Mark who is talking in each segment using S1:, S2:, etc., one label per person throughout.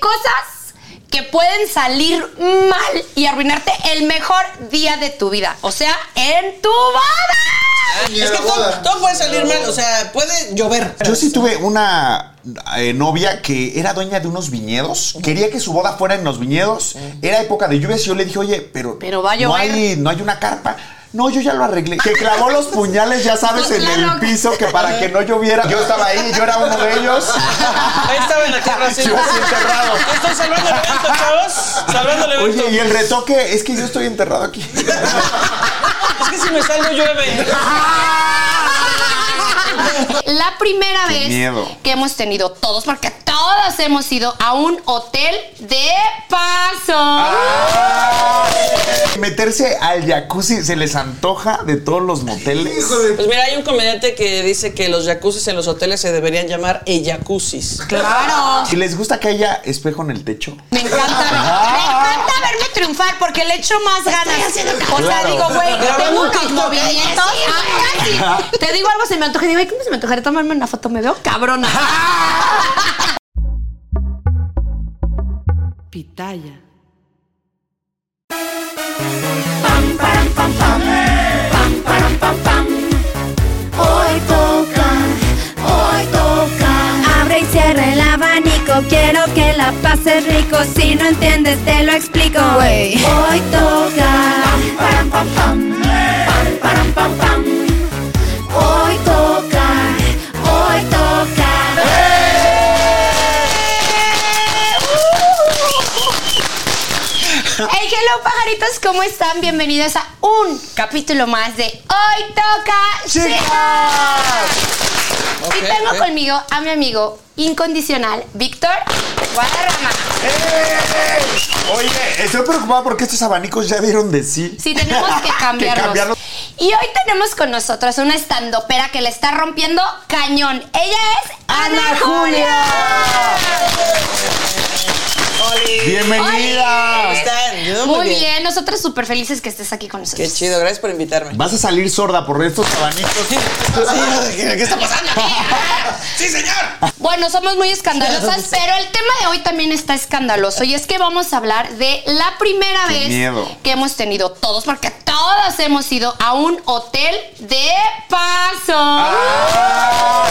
S1: cosas que pueden salir mal y arruinarte el mejor día de tu vida. O sea, en tu boda.
S2: Es que todo, todo puede salir mal, o sea, puede llover.
S3: Yo sí tuve una eh, novia que era dueña de unos viñedos. Quería que su boda fuera en los viñedos. Era época de lluvias y yo le dije, oye, pero,
S1: Pero va a
S3: no,
S1: llover.
S3: hay, no hay una carpa. No, yo ya lo arreglé. Que clavó los puñales, ya sabes,
S1: Pues
S3: en
S1: claro.
S3: el piso que para que no lloviera. Yo estaba ahí, yo era uno de ellos.
S2: Ahí estaba en la tierra así.
S3: Yo así enterrado.
S2: Estoy salvando el evento, chavos. Salvando el evento.
S3: Oye, y el retoque, es que yo estoy enterrado aquí.
S2: Es que si me salgo llueve.
S1: La primera vez
S3: miedo.
S1: que hemos tenido todos, porque todos hemos ido a un hotel de paso.
S3: Ah. Meterse al jacuzzi se les antoja de todos los moteles.
S2: Pues mira, hay un comediante que dice que los jacuzzis en los hoteles se deberían llamar eyacuzzis.
S1: Claro.
S3: ¿Y les gusta que haya espejo en el techo?
S1: Me encanta, me encanta verme triunfar porque le echo más ganas. O sea,
S3: Claro.
S1: digo, güey,
S2: Grabando
S1: tengo
S2: un
S1: unos
S2: TikTok.
S1: movimientos. Ah, casi. Te digo algo, se me antoja. Digo, ay, ¿cómo se me antojaría tomarme una foto? Me veo cabrona.
S4: Pitaya.
S5: Hoy toca, hoy toca. Abre y cierra el abanico, quiero que la pases rico. Si no entiendes, te lo explico. Hoy toca. Hoy toca, hoy toca.
S1: Hey, hello, pajaritos, ¿cómo están? Bienvenidos a un capítulo más de Hoy Toca Chicas.
S2: Ok,
S1: Y tengo
S2: ok.
S1: conmigo a mi amigo incondicional, Víctor Guadarrama.
S3: ¡Eh! Oye, estoy preocupado porque estos abanicos ya dieron de sí.
S1: Sí, tenemos que cambiarlos.
S3: cambiarlos.
S1: Y hoy tenemos con nosotros una estandopera que le está rompiendo cañón. Ella es Ana, Julia.
S3: ¡Bienvenida!
S2: ¿Cómo están? Yo
S1: Muy bien. nosotros súper felices que estés aquí con nosotros.
S2: Qué chido, gracias por invitarme.
S3: Vas a salir sorda por estos abanicos.
S2: Ah, ¿Qué está pasando? ¡Sí, señor!
S1: Bueno, somos muy escandalosas, pero el tema de hoy también está escandaloso y es que vamos a hablar de la primera vez
S3: miedo.
S1: que hemos tenido todos, porque todos hemos ido a un hotel de paso.
S2: Ah,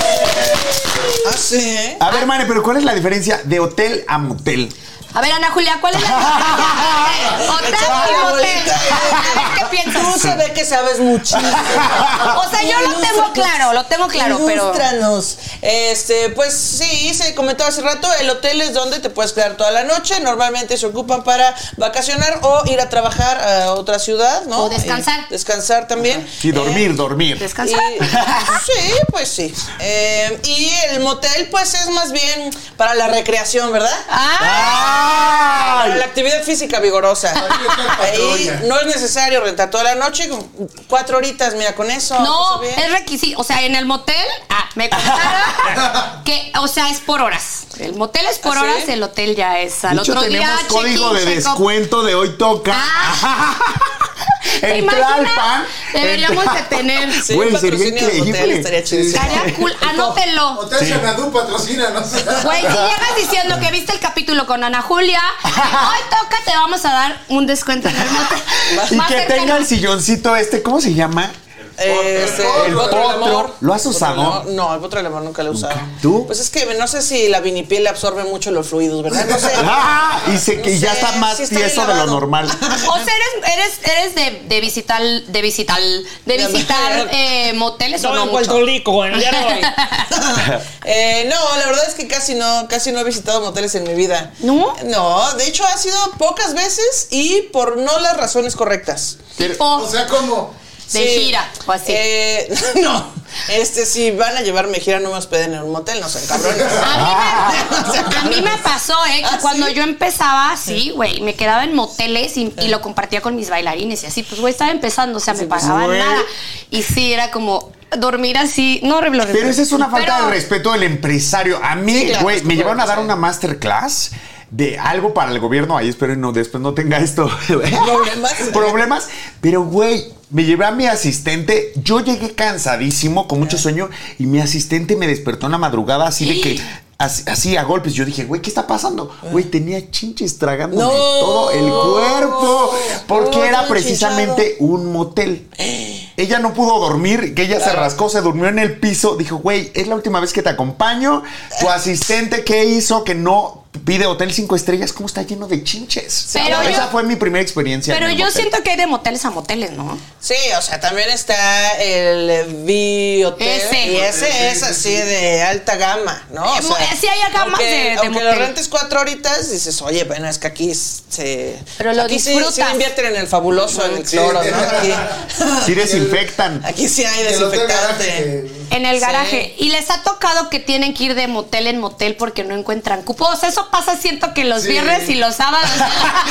S2: sí.
S3: A ver, Mane, pero ¿cuál es la diferencia de hotel a motel?
S1: A ver, Ana Julia, ¿cuál es la diferencia? hotel
S2: Échame
S1: y
S2: la
S1: motel?
S2: bolita.
S1: A ver, ¿Qué
S2: eh. Tú
S1: piensas?
S2: se ve que sabes muchísimo.
S1: O sea, yo lo tengo claro, lo tengo claro, pero-
S2: Ilústranos. Este, pues sí, se comentó hace rato, el hotel es donde te puedes quedar toda la noche. Normalmente se ocupan para vacacionar o ir a trabajar a otra ciudad, ¿no?
S1: O descansar.
S2: Eh, descansar también.
S3: Sí, dormir, dormir.
S1: Eh, Descansa.
S2: Y- sí, pues sí. Eh, y el motel, pues es más bien para la recreación, ¿verdad? Para la
S3: ¡Ay!
S2: actividad física vigorosa. Ahí no es necesario rentar toda la noche, con cuatro horitas, mira, con eso.
S1: No,
S2: eso bien.
S1: es requisito. O sea, en el motel, ah, me contaron que, o sea, es por horas. El motel es por
S2: ¿Ah, sí?
S1: horas, el hotel ya es al
S3: De hecho,
S1: otro día.
S3: tenemos código
S1: check-in,
S3: de
S1: check-out.
S3: descuento de hoy toca.
S1: Ah. ¿Te
S3: En
S1: imaginas?
S3: Tlalpan.
S1: Deberíamos
S3: en
S1: de
S3: Tla-
S1: tener.
S2: Sí,
S3: Güey,
S2: un
S3: sería
S2: patrocinio de
S3: increíble.
S2: hotel estaría chido.
S1: Estaría cool. Anótelo.
S6: Hotel Xanadu patrocina, no sé.
S1: Güey, si llegas diciendo que viste el capítulo con Ana Julia, hoy toca, te vamos a dar un descuento en el motel.
S3: Y
S1: Más
S3: que
S1: cercano.
S3: tenga el silloncito este, ¿cómo se llama?
S2: Este,
S6: potro.
S2: el potro del amor.
S3: ¿Lo has
S2: El potro del
S3: usado?
S2: amor. No, el potro del amor nunca lo he usado.
S3: ¿Tú?
S2: Pues es que no sé si la vinipiel absorbe mucho los fluidos, ¿verdad? No sé.
S3: Ah, y se- y ya está más
S2: bien
S3: tieso de lo
S2: lavado.
S3: normal.
S1: O sea, eres, eres, eres de, de visitar, de visitar, de visitar eh, moteles o
S4: No,
S1: no
S4: en
S1: mucho.
S4: Puerto Rico, en el día de hoy.
S2: Eh, no, la verdad es que casi no, casi no he visitado moteles en mi vida.
S1: ¿No?
S2: No, de hecho ha sido pocas veces y por no las razones correctas.
S1: Tipo
S6: O sea, como.
S1: Oh. de gira o así.
S2: Eh, no. Este, si van a llevarme gira, no me hospeden en un motel, no sean cabrones.
S1: Ah. A
S2: O sea,
S1: mí, me, a mí me pasó, ¿eh? Que
S2: ¿Ah,
S1: cuando
S2: sí?
S1: yo empezaba, sí, güey, me quedaba en moteles y, y lo compartía con mis bailarines y así. Pues, güey, estaba empezando, o sea, me pagaban
S3: güey.
S1: nada. Y sí, era como dormir así. No, horrible, horrible.
S3: Pero esa es una falta
S1: Pero-
S3: de respeto del empresario. A mí,
S2: claro,
S3: güey,
S2: es
S3: me
S2: como
S3: llevaron a dar
S2: empresario.
S3: una masterclass de algo para el gobierno. Ahí espero no, después no tenga esto.
S2: Problemas.
S3: Problemas. Pero, güey, me llevé a mi asistente. Yo llegué cansadísimo, con mucho sueño, y mi asistente me despertó en la madrugada así de que. Así, así, a golpes, yo dije, güey, ¿qué está pasando? Güey, tenía chinches tragándome
S2: Ah. No.
S3: todo el cuerpo, porque
S2: Oh,
S3: era
S2: todo enchichado.
S3: precisamente un motel. Ella no pudo dormir, que ella se rascó, se durmió en el piso. Dijo, güey, es la última vez que te acompaño. Tu asistente, ¿qué hizo? Que no pide hotel cinco estrellas. ¿Cómo está lleno de chinches?
S1: Pero
S3: Esa
S1: yo-
S3: fue mi primera experiencia.
S1: Pero
S3: en el
S1: yo
S3: motel.
S1: siento que hay de moteles a moteles, ¿no?
S2: Sí, o sea, también está el biotel
S1: Ese.
S2: y ese es así de alta gama, ¿no? O
S1: Eh, mu-
S2: sea,
S1: sí hay gamas
S2: aunque-
S1: de- de
S2: aunque lo
S1: motel.
S2: rentes cuatro horitas, dices, oye, bueno, es que aquí se...
S1: Pero lo
S2: aquí sí- Sí,
S1: disfrutas.
S2: invierten en el fabuloso, en el cloro, ¿no? Aquí,
S3: Sí desinfectan.
S2: aquí sí hay
S6: el hotel
S2: desinfectante.
S6: garaje.
S1: En el
S2: Sí.
S1: garaje. Y les ha tocado que tienen que ir de motel en motel porque no encuentran cupos. eso pasa, siento que los
S6: Sí.
S1: viernes y los sábados.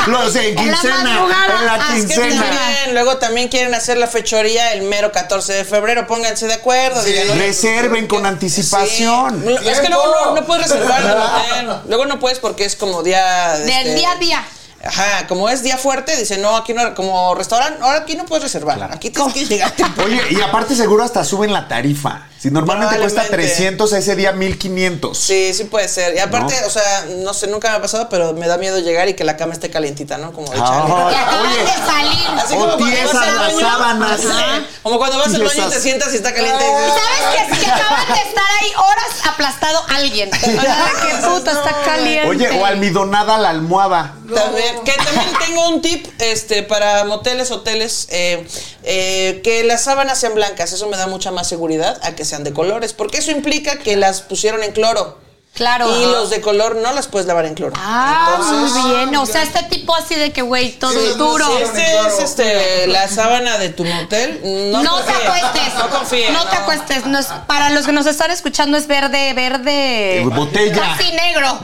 S3: Los en
S1: En la
S3: quincena.
S1: madrugada.
S3: En la
S1: Ah, es que
S3: quincena.
S2: También, luego también quieren hacer la fechoría el mero 14 de febrero, pónganse de acuerdo.
S6: Sí.
S2: digan, oye,
S3: Reserven con anticipación.
S2: Sí. Es que luego no, no puedes reservar en el
S6: Tiempo.
S2: hotel. Luego no puedes porque es como día.
S1: Del
S2: este,
S1: día a día.
S2: Ajá, como es día fuerte, dice, no, aquí no, como restaurante, ahora aquí no puedes reservar. Aquí tienes que llegar temprano.
S3: Oye, y aparte seguro hasta suben la tarifa. Si normalmente cuesta
S2: Probablemente.
S3: 300, ese día 1500.
S2: Sí, sí puede ser. Y aparte,
S3: No.
S2: o sea, no sé, nunca me ha pasado, pero me da miedo llegar y que la cama esté calientita, ¿no? Como de chale.
S3: Ay,
S1: Y acaban
S3: oye.
S1: de salir.
S2: Así
S3: O
S2: como cuando
S3: tiesas
S2: vas al
S3: las
S2: baño.
S3: sábanas.
S2: Ajá. Como cuando vas al baño y te
S3: Tiesas.
S2: sientas y está caliente.
S1: ¿Y sabes que, que acaban de estar ahí horas aplastado alguien? O sea, qué puto, está caliente.
S3: Oye, o almidonada la almohada.
S2: También, que también tengo un tip este, para moteles, hoteles, eh, eh, que las sábanas sean blancas. Eso me da mucha más seguridad a que sean de colores, porque eso implica que las pusieron en cloro.
S1: Claro.
S2: Y los de color no las puedes lavar en cloro.
S1: Ah,
S2: Entonces,
S1: muy bien. O sea, este tipo así de que, güey, todo
S6: Sí,
S1: duro.
S6: sí,
S2: Este es este, la sábana de tu motel. No,
S1: No, te
S2: confíes,
S1: acuestes.
S2: No confíes.
S1: No te acuestes. No es- para los que nos están escuchando es verde, verde.
S3: Eh, botella.
S1: Casi negro.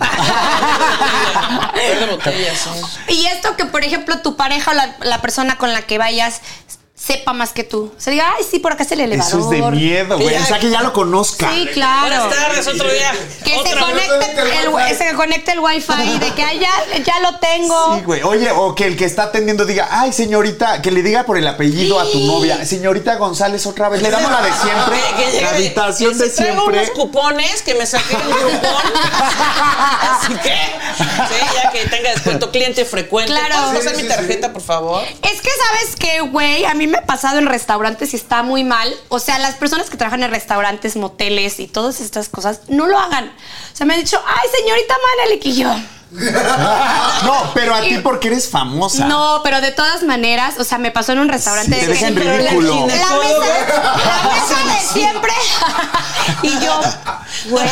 S2: Verde botella, sí.
S1: y esto que, por ejemplo, tu pareja o la, la persona con la que vayas sepa más que tú. Se diga, ay, sí, por acá es el elevador.
S3: Eso es de miedo, güey. O sea, que ya lo conozca.
S1: Sí, claro.
S2: Buenas tardes, otro día.
S1: Que se
S2: Otra vez.
S1: conecte,
S6: el
S1: el,
S6: wifi.
S1: wi- se conecte el wifi de que ah, ya, ya lo tengo.
S3: Sí, güey. Oye, o que el que está atendiendo diga, ay, señorita, que le diga por el apellido a tu novia. Señorita González, otra vez. Le damos la de siempre.
S2: Que llegue
S3: la
S2: de-
S3: habitación
S2: que
S3: de
S2: si traigo
S3: siempre.
S2: unos cupones que me saqué un cupón. Así que, sí, ya que tenga descuento cliente frecuente.
S1: Claro.
S2: Claro. ¿Puedes
S1: Sí,
S2: pasar
S6: sí,
S2: mi
S6: sí.
S2: tarjeta, por favor?
S1: Es que sabes que, güey, a mí me ha pasado en restaurantes y está muy mal. O sea, las personas que trabajan en restaurantes, moteles y todas estas cosas, no lo hagan. O sea, me han dicho, ay, señorita Manelik y yo.
S3: No, pero a ti porque eres famosa.
S1: No, pero de todas maneras, o sea, me pasó en un restaurante
S3: Sí,
S1: de
S3: te dejan
S1: que- La
S3: ridículo.
S1: mesa, la mesa de siempre. y yo, güey.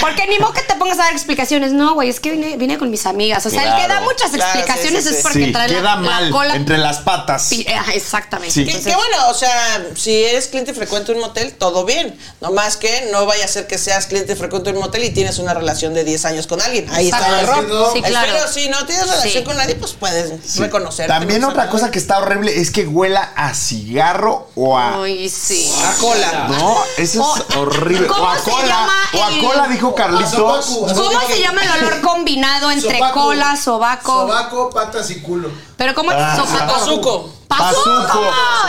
S1: Porque ni modo que te pongas a dar explicaciones. No, güey, es que vine, vine con mis amigas. O sea, el que da
S3: Claro,
S1: muchas
S2: claro, sí,
S1: explicaciones
S2: sí, sí.
S1: es porque
S3: Sí,
S1: trae la-
S3: queda
S1: la,
S3: mal
S1: cola.
S3: entre las patas.
S1: pi- Ajá, exactamente.
S3: Sí.
S2: Que,
S1: Entonces-
S2: que bueno, o sea, si eres cliente frecuente de un motel, todo bien. Nomás que no vaya a ser que seas cliente frecuente de un motel y tienes una relación de 10 años con alguien. Ahí está el
S1: Exacto.
S2: error.
S1: Sí, claro.
S2: Pero si no tienes relación
S1: Sí.
S2: con nadie, pues puedes
S3: Sí.
S2: reconocer.
S3: También otra cosa que está horrible es que huela a cigarro o a.
S1: Ay, sí.
S2: A cola.
S3: No, eso es
S1: O-
S3: horrible. O
S1: ¿Cómo
S3: a
S1: se
S3: cola.
S1: llama
S3: O a
S1: el-
S3: cola, dijo Carlitos.
S6: Sobaco.
S1: ¿Cómo se llama el olor combinado entre
S6: Sobaco.
S1: cola, sobaco?
S6: Sobaco, patas y culo.
S3: Ah,
S1: Pero ¿cómo es sobaco?
S2: Pazuco.
S1: Pazuco.
S3: Pazuco.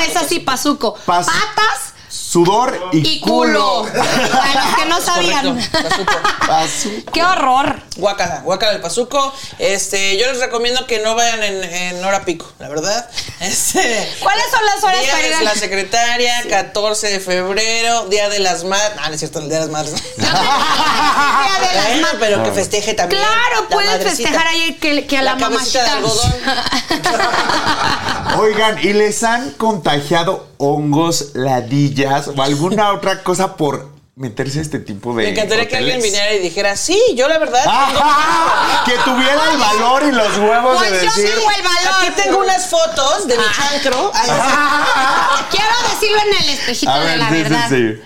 S1: Es así, pazuco.
S3: Paz-
S1: Patas,
S3: Sudor y,
S1: Y culo. A los que no sabían.
S2: Correcto, pazuco.
S3: Pazuco.
S1: ¡Qué horror!
S2: Guácala, guácala el pazuco. Este, yo les recomiendo que no vayan en, en hora pico, la verdad. Este,
S1: ¿Cuáles son las horas
S2: Día
S1: para ir
S2: de
S1: al-
S2: la secretaria, 14 de febrero, Día de las Madres. Ah, no es cierto, el Día de las Madres.
S1: Día de las
S2: Bueno,
S1: Madres.
S2: pero que festeje también.
S1: Claro,
S2: la
S1: pueden
S2: madrecita.
S1: festejar ahí que, que a la,
S2: La cabecita
S1: mamachita.
S2: de algodón.
S3: Oigan, ¿y les han contagiado hongos, ladillas o alguna otra cosa por meterse a este tipo de
S2: Me encantaría que
S3: hoteles?
S2: alguien viniera y dijera, sí, yo la verdad.
S1: Ah,
S3: ¡Ajá! Que tuviera el valor y los huevos
S1: Pues
S3: de
S1: yo
S3: decir.
S1: tengo el valor.
S2: Aquí tengo unas fotos de mi
S1: Ah.
S2: chancro. Ay,
S1: Quiero decirlo en el espejito
S3: A
S1: de
S3: ver,
S1: la
S3: sí,
S1: verdad.
S3: sí, sí.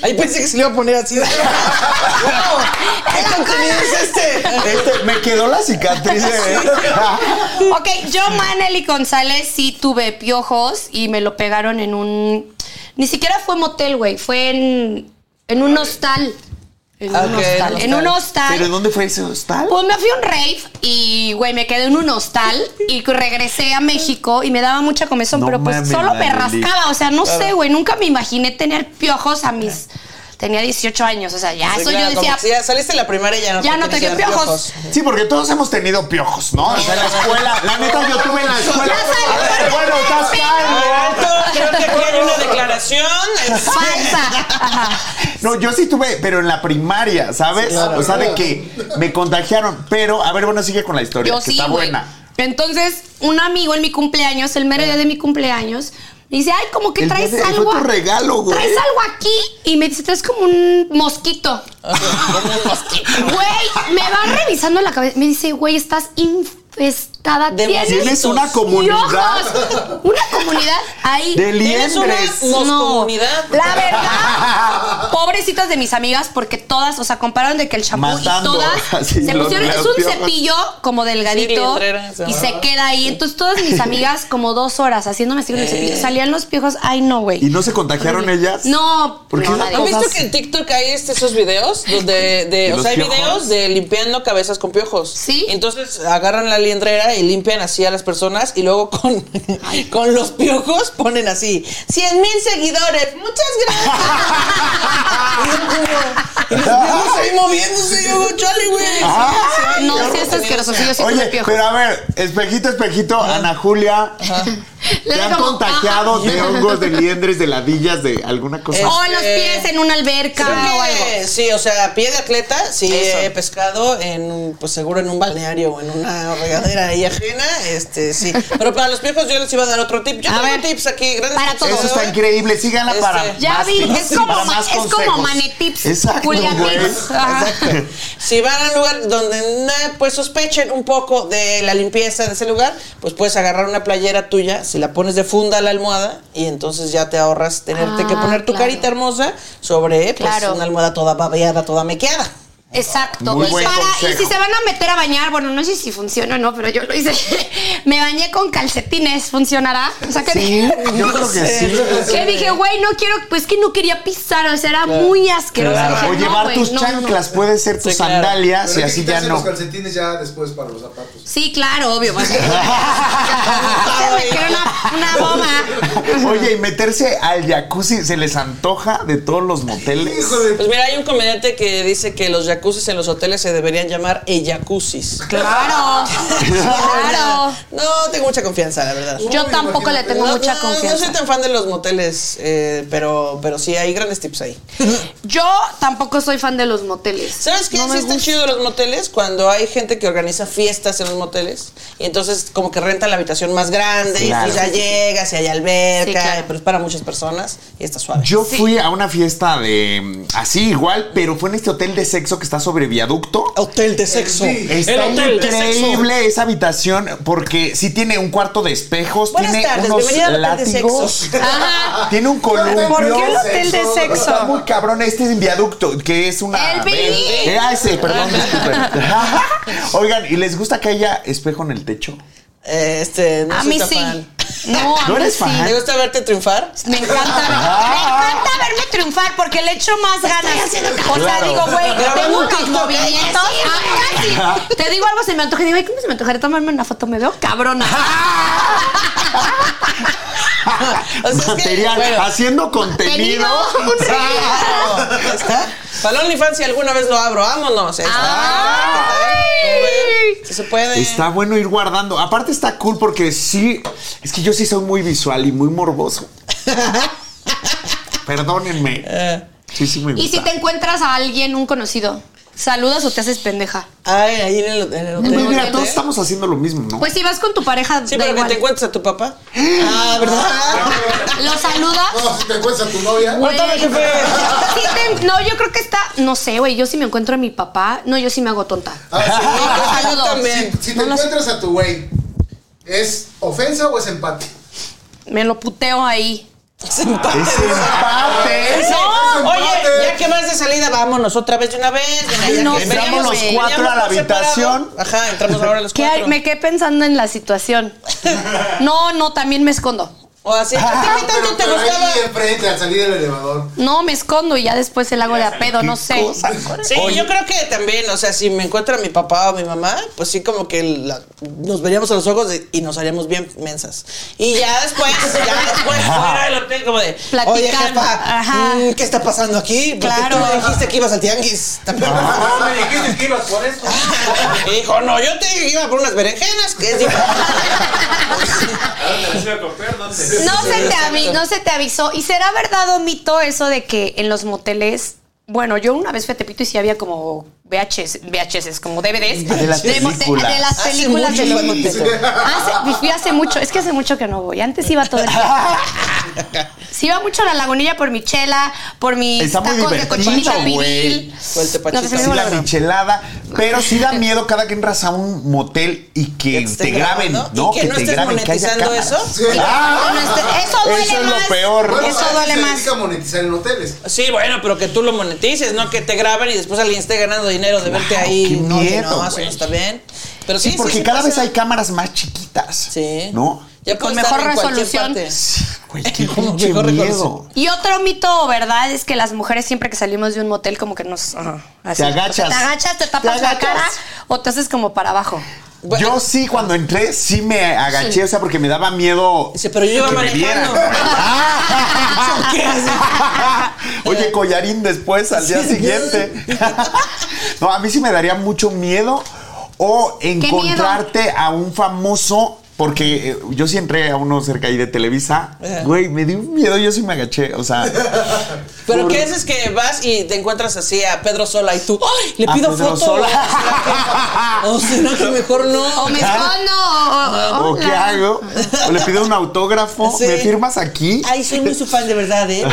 S2: Ay, pensé que se le iba a poner así. Wow, ¿Qué contenido es este?
S3: Este, me quedó la cicatriz de
S1: Ok, yo, Maneli González, sí tuve piojos y me lo pegaron en un. Ni siquiera fue motel, güey. Fue en, en un hostal. En
S2: Ah,
S1: un
S2: ok,
S1: hostal. En un hostal.
S3: ¿Pero dónde fue ese hostal?
S1: Pues me fui a un rave y, güey, me quedé en un hostal y regresé a México y me daba mucha comezón,
S3: No
S1: pero pues
S3: mames,
S1: solo me
S3: Manelik.
S1: rascaba. O sea, no sé, güey, nunca me imaginé tener piojos a mis... Tenía 18 años, o sea, ya eso
S2: Claro,
S1: yo
S2: como
S1: decía...
S2: que si ya saliste de la primaria y ya no
S1: Ya no te dio
S2: quisieron
S1: piojos.
S3: Sí, porque todos hemos tenido piojos, ¿no? O sea, en la escuela. La neta, yo tuve en la escuela.
S1: Ya salió.
S3: A ver, bueno, estás ¿eh? calvo.
S2: Alberto, Ah, creo que aquí hay una declaración. Es-
S1: Falsa. Ajá.
S3: No, yo sí tuve, pero en la primaria, ¿sabes? O sea, de que me contagiaron. Pero, a ver, bueno, sigue con la historia,
S1: Yo
S3: que
S1: sí,
S3: está
S1: güey.
S3: buena.
S1: Entonces, un amigo en mi cumpleaños, el mero día de mi cumpleaños, me dice, ay, como que
S3: El
S1: traes
S3: día de-
S1: algo...
S3: fue tu
S1: a-
S3: regalo, güey.
S1: Traes algo aquí y me dice, traes como un mosquito. Güey, me va revisando la cabeza. Me dice, güey, estás infestada.
S2: De
S1: Tienes
S3: Tienes una comunidad.
S1: piojos. Una comunidad ahí.
S3: De
S2: Tienes una
S3: liendres.
S2: moscomunidad.
S1: La verdad, pobrecitas de mis amigas, porque todas, o sea, compararon de que el champú y
S3: Matando,
S1: todas
S3: así,
S1: se
S3: los-
S1: pusieron, es
S3: los
S1: un
S3: piojos.
S1: cepillo como
S2: Sí,
S1: delgadito
S2: liendrera, esa.
S1: y se queda ahí. Entonces, todas mis amigas, como dos horas haciéndome así con el cepillo, salían los piojos. Ay, no, güey.
S3: Eh. ¿Y no se contagiaron ellas?
S1: No,
S3: ¿Por qué
S1: no,
S3: no?
S1: nadie.
S2: ¿Han visto
S1: Cosas-
S2: que en TikTok hay este, esos videos? Donde,
S3: ¿De
S2: de, o
S3: los
S2: sea, hay
S3: piojos?
S2: videos de limpiando cabezas con piojos.
S1: Sí.
S2: Entonces agarran la liendrera y limpian así a las personas y luego con, con los piojos ponen así: 100 mil seguidores, muchas gracias. y los piojos ahí moviéndose. Y yo, chale, güey.
S3: Ay,
S1: Ah, No,
S2: qué
S1: sí, este es
S2: horror.
S1: asqueroso. Sí, yo sí tuve
S3: Oye,
S1: piojos.
S3: pero a ver, espejito, espejito, Ana Julia,
S1: Le
S3: ¿te
S1: da
S3: han
S1: como,
S3: contagiado
S1: ah,
S3: de hongos, de liendres, de ladillas, de alguna cosa?
S2: Oh,
S1: O los pies en una alberca
S2: Creo
S1: o algo.
S2: que sí, o sea, pie de atleta, sí
S1: Eso.
S2: he pescado en, pues seguro en un balneario o en una regadera ahí ajena, este, sí. Pero para los viejos yo les iba a dar otro tip. Yo
S1: A
S2: tengo
S1: ver.
S2: tips aquí, grandes
S1: Para
S2: tips
S1: todo.
S3: Eso
S2: de
S3: está
S2: hoy.
S3: increíble, síganla
S2: Este,
S3: para
S1: Ya
S3: más
S1: vi,
S3: tips
S1: es
S3: y
S1: como
S3: para
S1: ma-
S3: más
S1: es como
S3: consejos.
S1: manetips,
S3: Exacto,
S1: Julia
S3: güey.
S1: tips. Ajá.
S2: Exacto. Si van a un lugar donde na- pues sospechen un poco de la limpieza de ese lugar, pues puedes agarrar una playera tuya, si la pones de funda a la almohada y entonces ya te ahorras tenerte que
S1: Ah,
S2: poner tu
S1: claro.
S2: carita hermosa sobre pues,
S1: Claro.
S2: una almohada toda babeada, toda mequeada.
S1: Exacto.
S3: Muy
S1: y,
S3: buen
S1: para- y
S3: consejo.
S1: si se van a meter a bañar, bueno, no sé si funciona o no, pero yo lo hice. Me bañé con calcetines, ¿funcionará? O sea, que
S3: Sí,
S1: dije,
S3: yo creo que sí.
S1: que dije, güey, no quiero, pues que no quería pisar, o sea, era muy asqueroso. Dije,
S3: O
S1: no,
S3: llevar
S1: güey,
S3: tus
S1: no, no, no.
S3: chanclas, puede ser tus
S2: Sí, claro.
S3: sandalias
S6: Pero
S3: y
S6: hay que
S3: así ya
S6: quitarse
S3: no.
S6: Los calcetines ya después para los zapatos.
S1: Sí, claro, obvio. porque- Se me quedó una, una bomba.
S3: Oye, y meterse al jacuzzi, ¿se les antoja de todos los moteles?
S6: Hijo de
S2: Pues mira, hay un comediante que dice que los jacuzzis en los hoteles se deberían llamar eyacuzzis.
S1: Claro. Claro.
S2: No, tengo mucha confianza, la verdad.
S1: Yo
S6: Uy,
S1: tampoco le
S6: imagínate.
S1: tengo
S2: no,
S1: mucha
S2: no,
S1: confianza.
S2: No soy tan fan de los moteles, eh, pero, pero sí, hay grandes tips ahí.
S1: Yo tampoco soy fan de los moteles.
S2: ¿Sabes qué?
S1: No me
S2: sí están
S1: gusta.
S2: chidos los moteles cuando hay gente que organiza fiestas en los moteles y entonces como que rentan la habitación más grande
S3: Claro.
S2: y ya llegas y hay alberca,
S1: Sí, claro.
S2: pero es para muchas personas y está suave.
S3: Yo fui a una fiesta de mm, así igual, pero fue en este hotel de sexo que está sobre viaducto.
S2: Hotel de sexo.
S6: Sí.
S3: Está
S2: de sexo.
S3: increíble esa habitación porque sí tiene un cuarto de espejos,
S2: Buenas
S3: tiene
S2: tardes,
S3: unos
S2: bienvenida al hotel de
S3: látigos,
S2: sexo.
S1: Ajá.
S3: tiene un columpio.
S1: ¿Por qué el hotel de
S3: Está
S1: sexo?
S3: muy cabrón este es un viaducto, que es una...
S1: El Bing.
S3: Eh, ah, ese, perdón, disculpen. Oigan, ¿y les gusta que haya espejo en el techo?
S2: Eh, Este, no
S1: A
S2: soy
S1: mí
S2: tan
S1: sí.
S2: fan.
S1: No, a
S3: ¿No
S1: mí
S3: eres
S1: sí.
S3: fan? Ah.
S2: ¿Te gusta verte triunfar?
S1: Me encanta, ver- me encanta verme triunfar porque le echo más ganas. O sea,
S3: Claro.
S1: digo, güey,
S2: Grabando
S1: tengo
S2: un
S1: unos
S2: TikTok,
S1: movimientos. Ah, casi. Te digo algo, se me antoja. Digo, ay, ¿cómo se me antojaría tomarme una foto? Me veo cabrona.
S2: O sea, es que,
S3: material,
S2: bueno.
S3: haciendo contenido.
S1: Contenido, un
S2: Claro. Ah, Ya ¿Está? Para OnlyFans, si alguna vez lo abro, vámonos. Está.
S1: Ah. Ay.
S2: Si se puede.
S3: Está bueno ir guardando. Aparte está cool porque sí, es que yo sí soy muy visual y muy morboso. Perdónenme. Sí, sí me gusta.
S1: Y si te encuentras a alguien, un conocido, ¿saludas o te haces pendeja?
S2: Ay, ahí en el, en el hotel.
S3: Pues mira,
S2: ¿eh?
S3: todos estamos haciendo lo mismo, ¿no?
S1: Pues si vas con tu pareja,
S2: Sí,
S1: da
S2: pero que
S1: igual.
S2: te encuentres a tu papá. Ah, ¿verdad?
S1: ¿Lo saludas?
S6: No, si te encuentras a tu novia.
S1: Güey.
S2: Cuéntame, jefe.
S1: Sí te- no, yo creo que está. No sé, güey. Yo si me encuentro a mi papá, no, yo sí me hago tonta.
S6: Ah,
S1: Lo saludo.
S6: sí.
S2: También.
S6: Si te encuentras a tu güey, ¿es ofensa o es empate?
S1: Me lo puteo ahí.
S2: Es empate.
S3: Es empate.
S2: Ese-
S6: No.
S2: Oye,
S6: Empate.
S2: ya que vas de salida, vámonos otra vez de una vez. ven allá,
S1: no,
S2: que
S1: entramos
S2: veníamos-
S1: los
S2: veníamos
S3: cuatro a la
S2: por separado.
S3: habitación.
S2: Ajá, entramos ahora los
S1: ¿Qué
S2: cuatro.
S1: hay? Me quedé pensando en la situación. No, no, también me escondo.
S2: O así, ¿a ti qué tanto te gustaba?
S6: ahí enfrente, al salir del elevador.
S1: No, me escondo y ya después el hago de a pedo, no sé.
S2: Sí, yo creo que también, o sea, si me encuentra mi papá o mi mamá, pues sí como que la- nos veríamos a los ojos de- y nos haríamos bien mensas. Y ya después, ya después fuera del hotel como de,
S1: Platicar.
S2: oye jefa,
S1: Ajá.
S2: mm, ¿qué está pasando aquí? Porque
S1: Claro.
S2: tú me dijiste que ibas al tianguis. También.
S6: No me dijiste que ibas por eso.
S2: Y dijo, no, yo te dije que iba por unas berenjenas, que es diferente.
S1: No se, te avi- no se te avisó. ¿Y será verdad o mito eso de que en los moteles... Bueno, yo una vez fui a Tepito y sí había como VHS, VHS como DVDs.
S3: Ah, De las
S1: mote-
S3: películas.
S1: de las
S2: Hace
S1: películas
S2: mucho
S1: de los
S2: fue
S1: moteles.
S2: Tepito.
S1: Hace, fui hace mucho, es que hace mucho que no voy. Antes iba todo el día. Sí iba mucho a la lagunilla por mi chela, por mis
S3: Está muy
S1: tacos de
S3: divertido,
S1: cochinita
S3: güey.
S1: pibil.
S2: O el
S1: No,
S2: tepachito.
S1: que se me
S3: Sí,
S1: iba
S3: la
S1: la-
S3: michelada, pero sí da miedo cada que entras a un motel y que,
S2: Que te
S3: te
S2: estén
S3: graben,
S2: grabando
S3: ¿no?
S2: y que no
S3: te
S2: estés monetizando
S3: cámaras.
S2: eso.
S6: Sí.
S3: Ah,
S1: No, este- eso duele
S3: eso es
S1: más.
S3: lo peor.
S6: Bueno,
S1: Eso
S6: a ti
S1: duele
S6: se
S1: más.
S6: dedica a monetizar en hoteles.
S2: Sí, bueno, pero que tú lo monetices, no que te graben y después alguien esté ganando dinero de verte
S3: Claro,
S2: ahí.
S3: qué
S2: no, oye,
S3: miedo,
S2: no, eso
S3: güey.
S2: no está bien. Pero sí,
S3: Sí,
S2: sí,
S3: porque
S2: sí
S3: cada vez
S2: pasa.
S3: hay cámaras más chiquitas.
S2: Sí.
S3: ¿No?
S2: Ya
S1: Con
S2: puede
S1: mejor
S2: estar en cualquier
S1: resolución.
S2: parte.
S3: Güey, qué
S2: Como
S3: pinche
S2: mejor
S3: miedo.
S2: reconocimiento.
S1: Y otro mito o verdad es que las mujeres siempre que salimos de un motel como que nos... ajá, así.
S3: Te agachas.
S1: O sea, te agachas, te tapas
S3: Te
S1: la
S3: agachas.
S1: cara o te haces como para abajo.
S2: Bueno,
S3: yo sí, cuando entré, sí me agaché,
S1: Sí.
S3: o sea, porque me daba miedo.
S2: Dice, pero yo iba
S3: que me
S2: manejando.
S3: vieran. Ah. Oye, collarín después, al día siguiente. no, a mí sí me daría mucho miedo o encontrarte a un famoso. Porque eh, yo sí entré a uno cerca ahí de Televisa.
S1: Eh.
S2: Ajá.
S3: Güey, me dio un miedo, yo sí me agaché. O sea,
S2: Pero
S3: por-
S2: qué es, es que vas y te encuentras así a Pedro Sola y tú, ¡ay! Le
S3: A
S2: pido
S3: Pedro
S2: foto.
S3: Sola.
S2: O sea, que- o sea, que mejor no.
S3: Ah,
S1: O me "Oh, escondo o- o-
S3: ¿O qué
S1: hola.
S3: hago? ¿O le pido un autógrafo?
S2: Sí.
S3: ¿Me firmas aquí?
S2: Ay, soy muy su fan de verdad, ¿eh?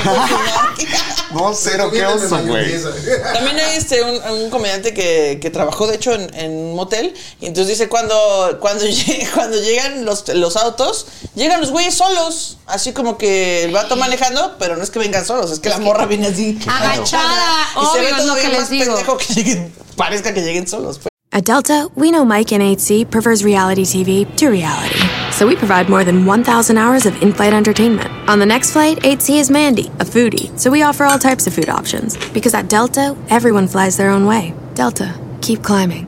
S3: No, cero, qué
S6: Viéndome
S3: oso, güey.
S6: mayonesa.
S2: También hay este, un, un comediante que, que trabajó, de hecho, en, en un motel. Y entonces dice, cuando, cuando, lle- cuando llegan los, los autos, llegan los güeyes solos. Así como que el vato manejando, pero no es que vengan solos, es que la morra viene así.
S1: Agachada,
S2: Y se ve
S1: obvio, es lo
S2: todavía
S1: que les
S2: más
S1: digo.
S2: pendejo que lleguen- parezca que lleguen solos. pues.
S7: At Delta, we know Mike in 8C prefers reality TV to reality. So we provide more than 1,000 hours of in flight entertainment. On the next flight, 8C is Mandy, a foodie. So we offer all types of food options. Because at Delta, everyone flies their own way. Delta, keep climbing.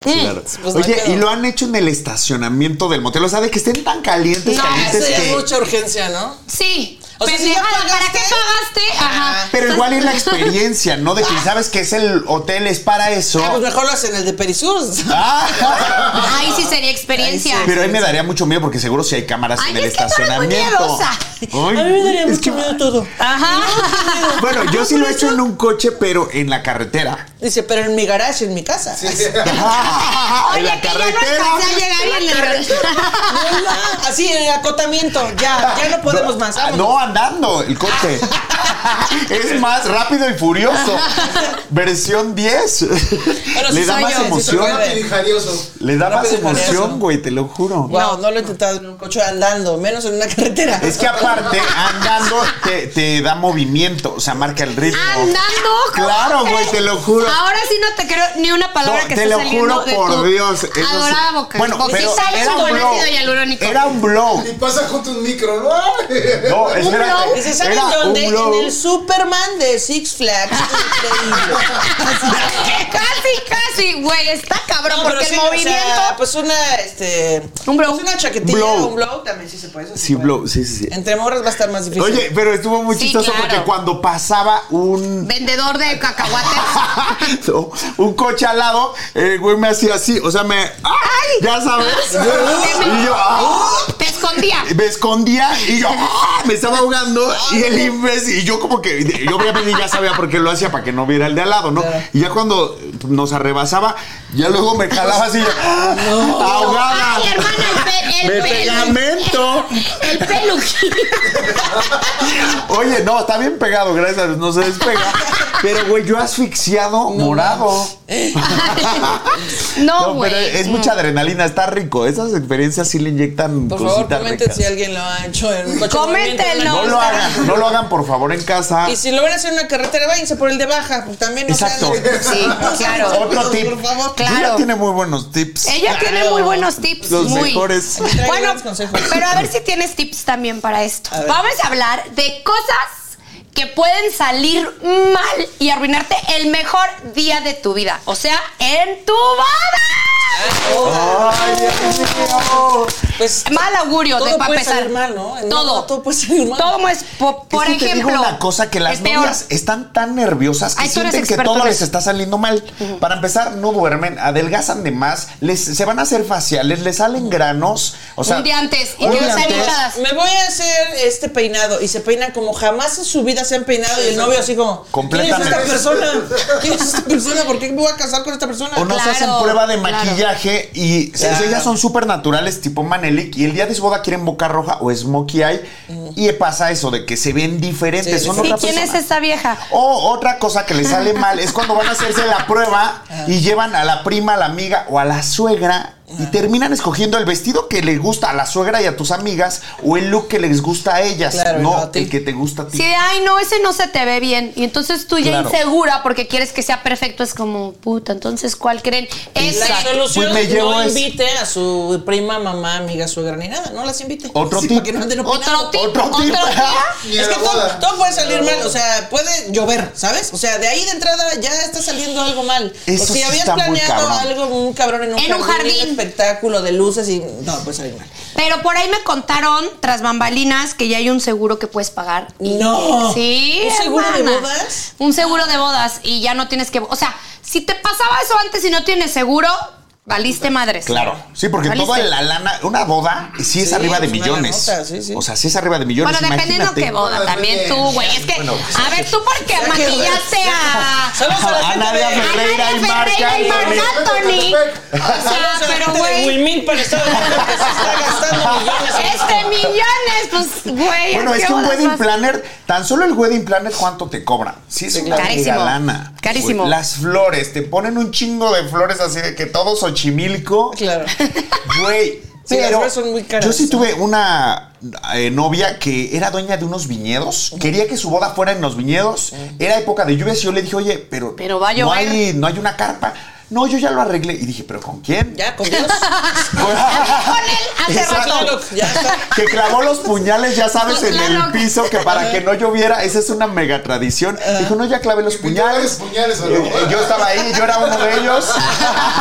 S2: Pues no hay
S3: Oye,
S2: pedo.
S3: y lo han hecho en el estacionamiento del motel. O sea, de que estén tan calientes,
S1: No,
S2: Ah,
S3: calientes
S2: eso ya es
S3: que.
S2: mucha urgencia, ¿no?
S1: Sí.
S2: O sea, si
S1: Pendeja,
S2: ya pagaste-
S1: ¿Para qué pagaste? Ajá.
S3: Pero igual es la experiencia, ¿no? De que sabes que es el hotel, es para eso.
S2: Ah, pues mejor lo hacen el de Perisurs.
S3: Ah.
S1: Ahí sí sería experiencia.
S2: Ahí sí.
S3: Pero ahí me daría mucho miedo porque seguro si hay cámaras
S1: Ay,
S3: en el
S1: es que tú eres muy
S3: estacionamiento.
S1: miedosa.
S3: Ay,
S2: A mí me daría
S3: es
S2: mucho
S3: que-
S2: miedo todo.
S1: Ajá.
S3: Bueno, yo sí lo he hecho en un coche, pero en la carretera.
S2: Dice, pero en mi garage, en mi casa.
S6: Sí.
S3: en la
S1: Oye, que yo no alcancé a llegar y en el-
S2: No, no, Así en el acotamiento, ya, ya no podemos más.
S3: Ah,
S2: vámonos.
S3: No, a andando el coche. es más rápido y furioso. Versión 10.
S2: Bueno, sí
S3: Le da
S2: soy
S3: más
S2: yo, sí
S3: emoción.
S2: soy yo.
S6: Rápido y jarioso.
S3: Le da más
S2: Rápido y furioso.
S3: emoción, güey, te lo juro.
S2: Wow, no lo he intentado en un coche andando, menos en una carretera.
S3: Es que aparte, andando te, te da movimiento, o sea, marca el ritmo.
S1: Andando. ¿cómo
S3: Claro,
S1: crees?
S3: güey, te lo juro.
S1: Ahora sí no te creo ni una palabra
S3: No,
S1: que
S3: te
S1: esté
S3: lo
S1: saliendo
S3: juro
S1: de
S3: por
S1: tu
S3: Dios. eso sí.
S1: Adorada boca.
S3: Bueno,
S1: Porque
S3: pero
S1: sí sale
S3: era
S1: su
S3: un
S1: ácido
S3: blow.
S1: hialurónico.
S3: Era un blow.
S6: Y pasa junto un micro, ¿no?
S3: No, espérate.
S2: Dice, ¿saben
S3: era
S2: dónde?
S3: un blow.
S2: En el Superman de Six Flags. Increíble.
S1: casi, casi, güey. Está cabrón
S2: No,
S1: porque
S2: pero sí,
S1: el
S2: o sea,
S1: movimiento.
S2: pues una, este...
S1: Un blow.
S2: pues una chaquetilla,
S3: Blow.
S2: un blow, también sí se puede. eso se
S3: Sí,
S2: puede.
S3: blow, sí, sí, sí.
S2: Entre morras va a estar más difícil.
S3: Oye, pero estuvo muy
S1: Sí,
S3: chistoso
S1: claro.
S3: porque cuando pasaba un
S1: Vendedor de cacahuates.
S3: no, un coche al lado, el güey me hacía así, o sea, me ¡ay! ya sabes. y yo ¡ah!
S1: te escondía.
S3: me escondía y yo ¡ah! me estaba ahogando y el imbécil y yo como que yo obviamente ya sabía por qué lo hacía para que no viera el de al lado, ¿no? Y ya cuando nos arrebasaba, ya luego me jalaba así ¡ah! ahogada.
S1: Ay, hermana, el, pe-
S3: me
S1: el, pelu-
S3: pegamento.
S1: el peluquín.
S3: Oye, no, está bien pegado, gracias a Dios, no se despega. Pero, güey, yo asfixiado morado.
S2: Oh,
S1: No,
S3: pero
S1: güey.
S3: es mucha adrenalina, está rico. Esas experiencias sí le inyectan
S2: Por favor,
S3: cositas
S2: comenten
S3: ricas.
S2: si alguien lo ha hecho en un coche. en movimiento, en una
S1: Coméntenlo.
S3: No lo hagan, no lo hagan, por favor, en casa.
S2: Y si lo van a hacer en una carretera, váyanse por el de baja, porque también no
S3: Exacto.
S1: Sí, claro.
S3: Otro tip.
S2: Por favor,
S3: Ella
S1: Claro.
S3: tiene muy buenos tips.
S1: Ella tiene muy buenos tips.
S3: Los
S1: muy.
S3: mejores.
S2: Trae
S1: Bueno,
S2: buenos consejos.
S1: pero a ver si tienes tips también para esto.
S2: ver.
S1: Vamos a hablar de cosas que pueden salir mal y arruinarte el mejor día de tu vida. O sea, en tu boda.
S3: Ay, Dios mío.
S2: Pues
S1: Mal augurio,
S2: todo
S1: de para
S2: puede
S1: empezar.
S2: salir mal, ¿no? En
S1: Todo.
S2: boda todo puede salir mal.
S1: Todo es, po- por,
S3: Es que
S1: ejemplo.
S3: te digo una cosa que las
S1: es peor.
S3: novias están tan nerviosas que
S1: Ay, tú eres
S3: sienten que
S1: experto
S3: todo
S1: en
S3: les
S1: eso.
S3: está saliendo mal. Para empezar, no duermen, adelgazan de más, les se van a hacer faciales, les salen granos, o sea,
S1: Un día antes, y
S3: un
S1: que
S3: día
S1: sean
S3: antes.
S1: hinchadas.
S2: Me voy a hacer este peinado y se peinan como jamás en su vida se han peinado y el novio así como
S3: Completamente.
S2: ¿Quién es esta persona? ¿Quién es esta persona? ¿Por qué me voy a casar con esta persona?
S3: O no se
S1: Claro,
S3: hacen prueba de
S1: claro.
S3: maquillaje y se-
S2: Claro.
S3: ellas son súper naturales, tipo Manelik, y el día de su boda quieren boca roja o smokey eye, y pasa eso de que se ven diferentes,
S2: Mm. Sí,
S3: son
S2: sí.
S3: otra
S1: ¿Y quién es
S3: persona.
S1: esta vieja?
S3: O otra cosa que les sale mal es cuando van a hacerse la prueba y llevan a la prima, a la amiga o a la suegra y terminan escogiendo el vestido que le gusta a la suegra y a tus amigas o el look que les gusta a ellas,
S2: Claro, y no
S3: no
S2: a ti.
S3: el que te gusta a ti.
S1: Si de, ay, no, ese no se te ve bien. Y entonces tú ya
S3: Claro.
S1: insegura porque quieres que sea perfecto, es como, puta, entonces, ¿cuál creen? Ese.
S2: La solución
S3: Pues me
S2: es
S3: llevo
S2: no
S3: ese.
S2: invite a su prima, mamá, amiga, suegra ni nada. No las invite.
S3: Otro
S2: Sí,
S3: tip.
S2: para que no anden
S1: Otro
S2: opinando.
S1: tip.
S3: Otro
S1: Otro
S3: tip.
S1: tip.
S6: Ni
S2: Es
S6: a
S2: que
S6: la
S2: todo,
S6: boda.
S2: todo puede salir mal, o sea, puede llover, ¿sabes? O sea, de ahí de entrada ya está saliendo algo mal.
S3: Eso
S2: o
S3: sí
S2: si habías
S3: está muy
S2: planeado
S3: cabrón.
S2: algo, un cabrón en un
S1: En un
S2: un
S1: jardín. Ah,
S2: espectáculo de luces y no, puede salir mal.
S1: Pero por ahí me contaron, tras bambalinas, que ya hay un seguro que puedes pagar. Y-
S2: No.
S1: Sí.
S2: ¿Un seguro de
S1: hermana.
S2: bodas?
S1: Un seguro de bodas y ya no tienes que. O sea, si te pasaba eso antes y no tienes seguro, valiste madres.
S3: Claro, sí, porque
S1: ¿Valiste?
S3: toda la lana, una boda, sí es
S2: Sí,
S3: arriba de
S2: es una
S3: millones.
S2: lanota, sí, sí.
S3: O sea, sí es arriba de millones.
S1: Bueno, dependiendo
S3: imagínate.
S1: qué boda, también tú, güey. Es que,
S3: Bueno,
S1: a ver, tú porque maquillaste a.
S2: Saludos a la
S3: A
S2: gente
S3: nadie
S2: de-
S3: me- Ferreira y Marc
S1: Ferreira y Marc Anthony. O sea,
S2: Saludos a la
S1: pero
S2: gente de
S1: güey.
S2: Huimil para Estado de México, que se está gastando millones. en esto.
S1: Este millones, pues, güey.
S3: Bueno,
S1: ¿a
S3: es
S1: qué
S3: que un
S1: bodas
S3: wedding
S1: vas?
S3: planner, tan solo el wedding planner, ¿cuánto te cobra? Sí, es una
S1: Carísimo.
S3: mega lana.
S1: Carísimo.
S3: Güey, Las flores, te ponen un chingo de flores así de que todo Xochimilco.
S2: Claro.
S3: Güey.
S2: Sí, las
S3: pero
S2: flores son muy caras,
S3: Yo sí
S2: ¿no?
S3: tuve una eh, novia que era dueña de unos viñedos. Quería que su boda fuera en los viñedos. Era época de lluvias y yo le dije, oye, pero,
S1: Pero va a
S3: no,
S1: llover.
S3: hay, no hay una carpa. No, yo ya lo arreglé. Y dije, ¿pero con quién?
S2: Ya, con Dios.
S3: Con
S1: hace
S3: Exacto.
S2: rato. Ya está.
S3: Que clavó los puñales, ya sabes,
S1: Los
S3: en el
S1: Tlaloc.
S3: piso, que para que no lloviera, esa es una mega tradición. Dijo, no, ya clavé los
S6: Invitó varios
S3: puñales.
S6: puñales a la
S3: Eh,
S6: boda.
S3: eh, Yo estaba ahí, yo era uno de ellos.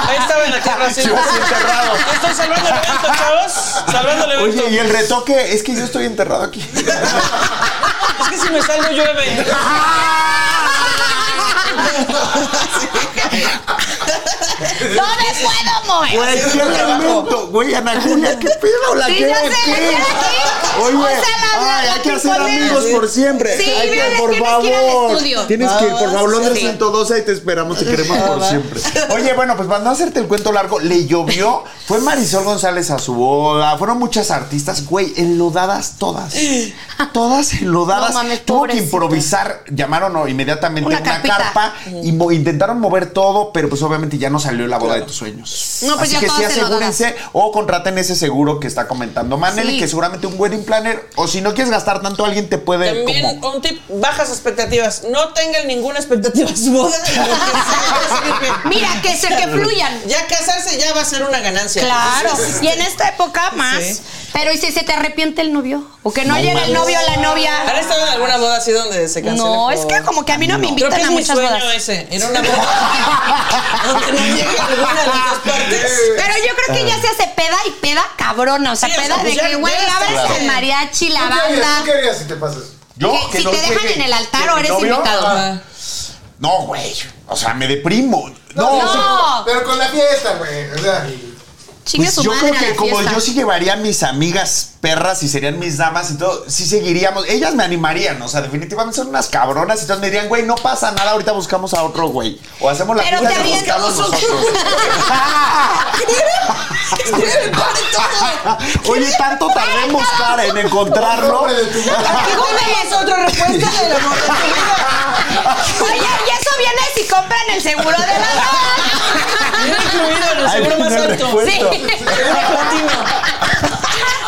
S2: Ahí estaba en la tierra así.
S3: Yo así enterrado.
S2: Yo Estoy salvando el evento, chavos. Salvando el evento.
S3: Oye, y el retoque, es que yo estoy enterrado aquí.
S2: Es que si me salgo llueve.
S1: No, de puedo mover.
S3: Güey, qué momento. Güey, Ana Julia, qué pedo la
S1: Sí,
S3: que
S1: ya sé, la quiero aquí.
S3: Oye,
S1: O sea, la-
S3: ay,
S1: la
S3: hay que hacer
S1: pimpolera.
S3: amigos por siempre.
S1: Sí,
S3: Hay que,
S1: vean,
S3: por
S1: tienes que ir al
S3: favor.
S1: estudio.
S3: Tienes que ir, por favor. Londres
S1: Sí.
S3: 112 y te esperamos, te queremos por siempre. Oye, bueno, pues para no hacerte el cuento largo, le llovió. Fue Marisol González a su boda. Fueron muchas artistas, güey, enlodadas todas. Todas enlodadas.
S1: No mames,
S3: Tuvo que
S1: pobrecita.
S3: improvisar. Llamaron o, inmediatamente
S1: Una
S3: una,
S1: carpita.
S3: carpa y mo- intentaron mover todo, pero pues obviamente ya no salió la boda de tus sueños.
S1: No, pues
S3: Así
S1: ya
S3: que sí,
S1: todas enlodadas.
S3: asegúrense o contraten ese seguro que está comentando Manel,
S1: Sí.
S3: que seguramente un wedding planner, o si no quieres gastar tanto, alguien te puede
S2: También
S3: como...
S2: un tip, bajas expectativas. No tengan ninguna expectativa a su boda. porque sí, va a ser-
S1: Mira, que se que fluyan.
S2: Ya casarse ya va a ser una ganancia.
S1: Claro.
S2: Entonces,
S1: Y en esta época más.
S2: Sí.
S1: Pero ¿y si se te arrepiente el novio? ¿O que no, llega el novio o la
S2: ¿Han
S1: novia?
S2: estado en alguna boda así donde se cancela?
S1: No,
S2: por-
S1: es que como que a mí no, me
S2: Creo
S1: invitan
S2: que es
S1: a
S2: mi
S1: muchas
S2: sueño
S1: bodas.
S2: ese. Era una boda donde no llega alguna de las dos partes.
S1: Pero yo creo
S3: Ah.
S1: que ya se hace peda y peda cabrona. O sea,
S2: Sí, o sea,
S1: peda
S2: pues
S1: de
S2: ya-
S1: que, güey,
S2: ya está.
S1: abres el mariachi, la
S6: ¿Tú qué harías? ¿Tú qué
S1: banda.
S6: harías si te pasas?
S3: Yo,
S1: Que si te dejan
S3: llegue-
S1: en el altar
S3: llegue
S1: o
S3: mi
S1: eres
S3: novio,
S1: invitado.
S3: ah, No, güey. O sea, me deprimo. No,
S6: No,
S3: o sea,
S1: No.
S6: Pero con la fiesta, güey. O sea,
S1: Chingue
S3: Pues
S1: su
S3: yo
S1: madre
S3: creo
S1: a
S3: que
S1: la
S3: como
S1: fiesta.
S3: yo sí llevaría a mis amigas perras y serían mis damas y todo, sí seguiríamos. Ellas me animarían, o sea, definitivamente son unas cabronas y entonces me dirían, güey, no pasa nada, ahorita buscamos a otro güey. O hacemos la
S1: Pero
S3: fiesta
S1: te
S3: y
S1: ríes
S3: buscamos
S1: todos.
S3: nosotros. Oye, tanto tardé en buscar, en encontrarlo.
S6: hombre de tu vida.
S1: Aquí cómprales otro repuesto de la moto. Oye, y eso viene si compran el seguro de la
S2: Viene incluido en el
S3: Ahí
S2: seguro más
S3: viene el
S2: alto.
S3: repuesto.
S1: Sí.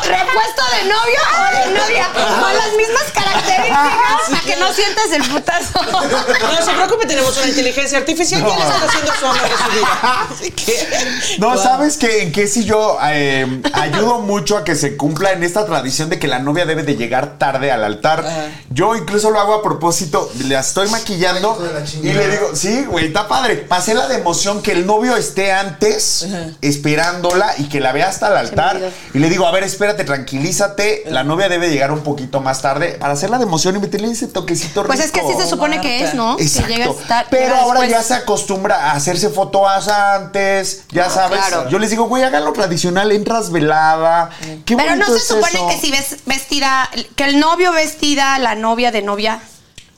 S1: Repuesto de novio o de novia. Con las mismas características. Para que no sientas el putazo.
S2: No se preocupe, tenemos una inteligencia artificial que le está haciendo su amor de su vida. Así que-
S3: No,
S2: Wow.
S3: ¿sabes qué? En qué si yo eh, ayudo mucho a que se cumpla en esta tradición de que la novia debe de llegar tarde al altar.
S2: Ajá.
S3: Yo incluso lo hago a propósito, la estoy maquillando
S6: Ay, hijo de la
S3: y
S6: chingada.
S3: le digo, sí, güey, está padre. Pasé la de emoción que el novio esté antes esperándola y que la vea hasta el altar. Y le digo, a ver, espérate, tranquilízate. La novia debe llegar un poquito más tarde para hacer la de emoción y meterle ese toquecito
S1: Pues
S3: rico.
S1: es que así se supone que es, ¿no?
S3: Exacto.
S1: Que llegas tar-
S3: Pero
S1: llegas
S3: ahora ya
S1: después.
S3: se acostumbra a hacerse fotos antes, ya sabes.
S1: Ah, claro.
S3: Yo les digo, güey, hagan lo tradicional, entras velada. Qué
S1: Pero no
S3: bonito
S1: se
S3: es
S1: supone
S3: eso.
S1: que si ves vestida, que el novio vestida, la novia de novia.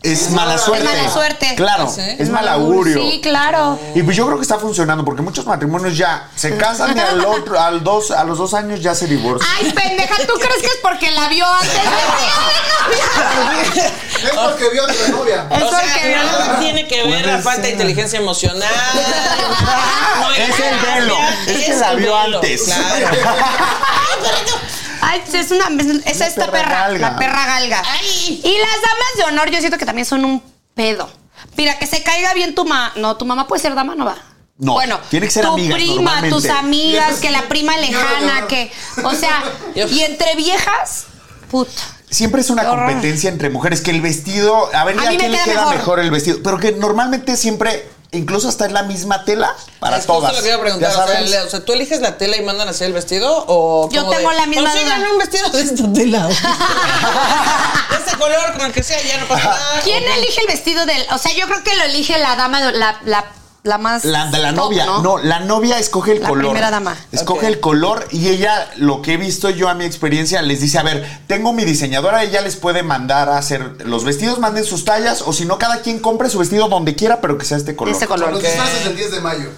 S3: Es mala suerte.
S1: mala suerte.
S3: Claro,
S2: Sí.
S3: es mal augurio.
S1: Sí, claro.
S3: Y pues yo creo que está funcionando porque muchos matrimonios ya se casan y al otro, al dos, a los dos años ya se divorcian.
S1: Ay, pendeja, ¿tú crees que es porque la vio antes de que novia?
S6: es
S1: Oh.
S6: porque vio a tu novia.
S1: Eso
S2: O sea,
S1: que vio.
S2: nada tiene que ver la falta de inteligencia emocional.
S1: Ah,
S2: No,
S3: Es el
S2: terapia,
S3: velo, es que la
S2: el
S3: vio
S2: velo,
S3: antes.
S2: Claro.
S1: Ay, pues es una es
S3: Una
S1: esta
S3: perra
S1: perra,
S3: galga.
S1: la perra galga.
S2: Ay.
S1: Y las damas de honor, yo siento que también son un pedo. Mira, que se caiga bien tu mamá. No, tu mamá puede ser dama, no va.
S3: No,
S1: bueno,
S3: tiene que ser
S1: tu
S3: amigas,
S1: prima,
S3: normalmente.
S1: tus amigas, que la prima lejana, que, o sea,
S2: Dios.
S1: y entre viejas, puta.
S3: Siempre es una
S1: Qué horror.
S3: competencia entre mujeres que el vestido, a ver,
S1: A
S3: ¿y a
S1: mí me
S3: quién le
S1: queda
S3: queda
S1: mejor.
S3: mejor. el vestido? Pero que normalmente siempre, incluso hasta es la misma tela para
S2: es
S3: todas.
S2: Justo lo que iba a preguntar.
S3: Ya
S2: o, sea,
S3: sabes.
S2: le- o sea, ¿tú eliges la tela y mandan a hacer el vestido o
S1: Yo
S2: cómo
S1: tengo
S2: de-
S1: la misma
S2: Consíganme
S1: duda.
S2: un vestido de esta tela. de este color, con el que sea, ya no pasa nada.
S1: ¿Quién elige el vestido del? O sea, yo creo que lo elige la dama, de- la, la, la más.
S3: La de la
S1: top,
S3: novia, ¿no? la novia escoge el
S1: La
S3: color.
S1: primera dama.
S3: Escoge
S2: Ok.
S3: el color y ella, lo que he visto yo a mi experiencia, les dice, a ver, tengo mi diseñadora, ella les puede mandar a hacer los vestidos, manden sus tallas, o si no, cada quien compre su vestido donde quiera, pero que sea este color.
S1: Ese
S6: Los
S1: color.
S6: disfraces el 10 de mayo.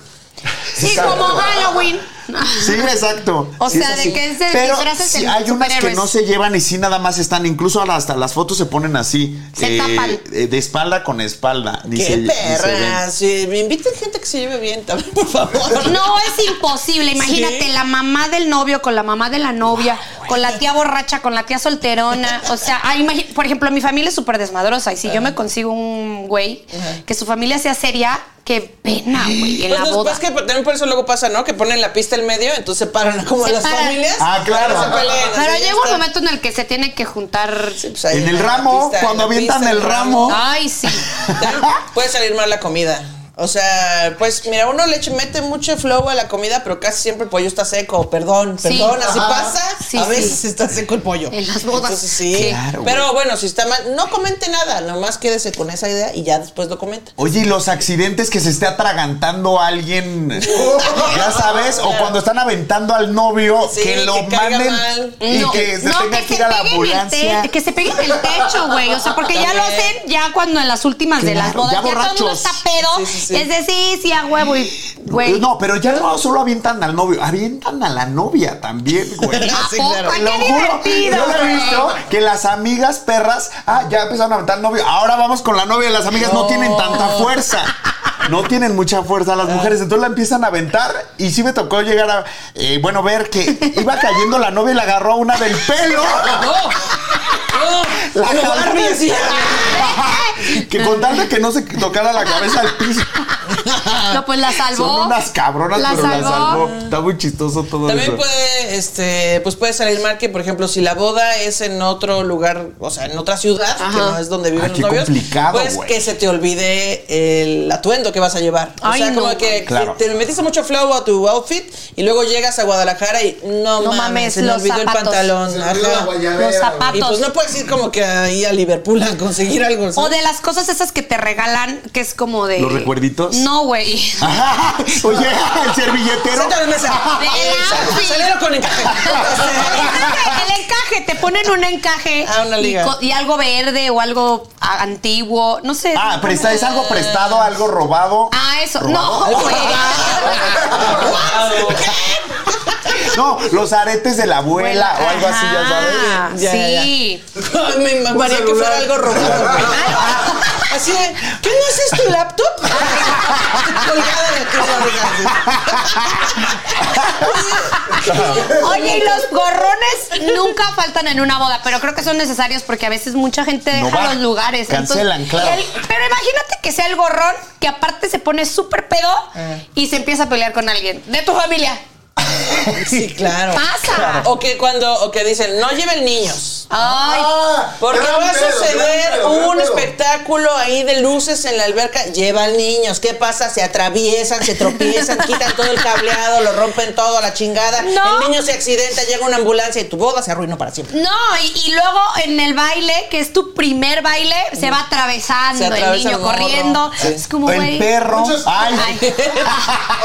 S1: Sí, como Halloween.
S3: Sí, exacto.
S1: O
S3: Sí,
S1: sea,
S3: es
S1: de
S3: así.
S1: que se
S3: Pero
S1: disfraces
S3: sí,
S1: en
S3: hay unas que
S1: superhéroes.
S3: no se llevan y sí nada más están, incluso ahora hasta las fotos se ponen así.
S1: Se tapan.
S3: eh, de espalda con espalda. Ni se,
S2: Qué
S3: ni se
S2: perra.
S3: ven.
S2: Sí, me inviten gente que se lleve bien también, por favor.
S1: No, es imposible. Imagínate
S2: Sí.
S1: la mamá del novio con la mamá de la novia, con la tía borracha, con la tía solterona. O sea, ay, imagi- por ejemplo, mi familia es súper desmadrosa. Y si yo me consigo un güey que su familia sea seria, qué pena, güey, en
S2: Pues
S1: la
S2: después
S1: boda.
S2: que también por eso luego pasa, ¿no? Que ponen la pista en medio, entonces se paran como
S1: Se
S2: las
S1: paran.
S2: familias.
S3: Ah, claro.
S2: Se peleen, así,
S1: Pero
S2: ya
S1: llega un
S2: está.
S1: momento en el que se tiene que juntar.
S2: Sí, pues ahí
S3: En el
S2: la
S3: ramo,
S2: pista,
S3: cuando
S2: en la
S3: avientan
S2: pista,
S3: el
S2: en
S3: ramo.
S1: Ay, sí.
S2: Puede salir mal la comida. O sea, pues mira, uno le echa- mete mucho flow a la comida, pero casi siempre el pollo está seco. Perdón,
S1: Sí.
S2: perdón, así
S1: Ajá.
S2: pasa.
S1: Sí,
S2: a
S1: sí.
S2: veces está seco el pollo.
S1: En las bodas.
S2: Entonces, sí.
S1: Sí.
S3: Claro, güey.
S2: pero bueno, si está mal, no comente nada, nomás quédese con esa idea y ya después lo comenta.
S3: Oye, ¿y los accidentes que se esté atragantando a alguien? ya sabes, o cuando están aventando al novio,
S2: Sí,
S3: que lo
S2: que caiga
S3: manden
S2: mal.
S3: y que se tenga que, ir a la
S1: pegue en el te-
S3: ambulancia.
S1: que se pegue en el techo, güey. O sea, porque ya lo
S2: También.
S1: hacen ya cuando en las últimas de las
S3: Claro,
S1: bodas.
S3: ya
S1: Ya, todo el mundo
S3: borrachos.
S1: está pedo.
S2: Sí, sí, sí.
S1: Es decir, sí, a huevo. y, Güey.
S3: Eh, Pues No, pero ya no solo avientan al novio, avientan a la novia también, güey.
S1: ¿A
S2: Sí,
S1: poco?
S2: claro.
S1: ¡Ay,
S3: Lo
S1: ¡Qué
S3: juro,
S1: divertido!
S3: yo lo he
S1: güey!
S3: visto que las amigas perras, ah, ya empezaron a aventar novio. Ahora vamos con la novia, las amigas no, tienen tanta fuerza. No tienen mucha fuerza las mujeres, entonces la empiezan a aventar y sí me tocó llegar a, eh, bueno, ver que iba cayendo la novia y la agarró a una del pelo. La
S2: Pero
S3: jaló.
S2: Barbie, sí.
S3: que con tal de que no se tocara la cabeza al piso.
S1: No, pues la salvó.
S3: Son unas cabronas,
S1: La
S3: pero la salvó. Está muy chistoso todo
S2: También
S3: eso.
S2: puede, este, pues puede salir mal que, por ejemplo, si la boda es en otro lugar, o sea, en otra ciudad, que no es donde viven
S3: Ah,
S2: los
S3: qué
S2: novios,
S3: complicado,
S2: pues
S3: güey.
S2: que se te olvide el atuendo que vas a llevar. O
S1: Ay,
S2: sea,
S1: no,
S2: como que
S3: Claro.
S2: te metiste mucho flow a tu outfit y luego llegas a Guadalajara y no,
S1: No
S2: mames,
S1: mames,
S2: se me
S1: los
S2: olvidó el
S1: zapatos.
S2: pantalón.
S6: Se me
S2: ajá.
S6: olvidó la guayabera,
S1: Los
S6: güey.
S1: zapatos.
S2: Y pues no puedes ir como que ahí a Liverpool a conseguir algo.
S1: O
S2: ¿sabes?
S1: de las cosas esas que te regalan, que es como de.
S3: ¿Los recuerditos?
S1: No, güey.
S3: Ajá. Oye, el servilletero.
S2: Siéntalo en mesa.
S1: De
S2: Eh,
S1: la-
S2: sal- salero con encaje.
S1: El encaje, el encaje, te ponen un encaje
S2: Ah, una
S1: y
S2: liga.
S1: co- Y, algo verde o algo ah, antiguo, no sé.
S3: Ah, presta, es algo prestado, algo robado.
S1: Ah, eso.
S3: ¿Robado?
S1: No, güey.
S3: No, los aretes de la abuela o algo así, ya
S1: Ajá,
S3: sabes.
S2: Ya, ya,
S1: sí.
S2: Ay, Me imaginaría que fuera algo robado. güey. Así de, ¿qué no es esto, laptop? Colgada de tu
S1: Oye, y los gorrones nunca faltan en una boda, pero creo que son necesarios porque a veces mucha gente
S3: No
S1: deja
S3: va.
S1: los lugares.
S3: Cancelan, claro.
S1: el- pero imagínate que sea el gorrón que aparte se pone súper pedo
S2: Eh.
S1: y se empieza a pelear con alguien de tu familia.
S2: Sí, claro.
S1: Pasa.
S2: O que cuando, o que dicen, no lleven niños.
S1: Ay,
S6: Ah,
S2: Porque
S6: gran
S2: va a
S6: pedo,
S2: suceder
S6: gran pedo, gran
S2: un
S6: pedo.
S2: espectáculo ahí de luces en la alberca. Llevan niños. ¿Qué pasa? Se atraviesan, se tropiezan, quitan todo el cableado, lo rompen todo a la chingada.
S1: No.
S2: El niño se accidenta, llega una ambulancia y tu boda se arruinó para siempre.
S1: No, y, y luego en el baile, que es tu primer baile, se va atravesando
S2: Se atraviesa
S1: el niño
S2: el morro.
S1: corriendo.
S2: Sí.
S1: Es como,
S3: el
S1: güey.
S3: perro.
S6: Muchos-
S3: Ay.
S1: Ay,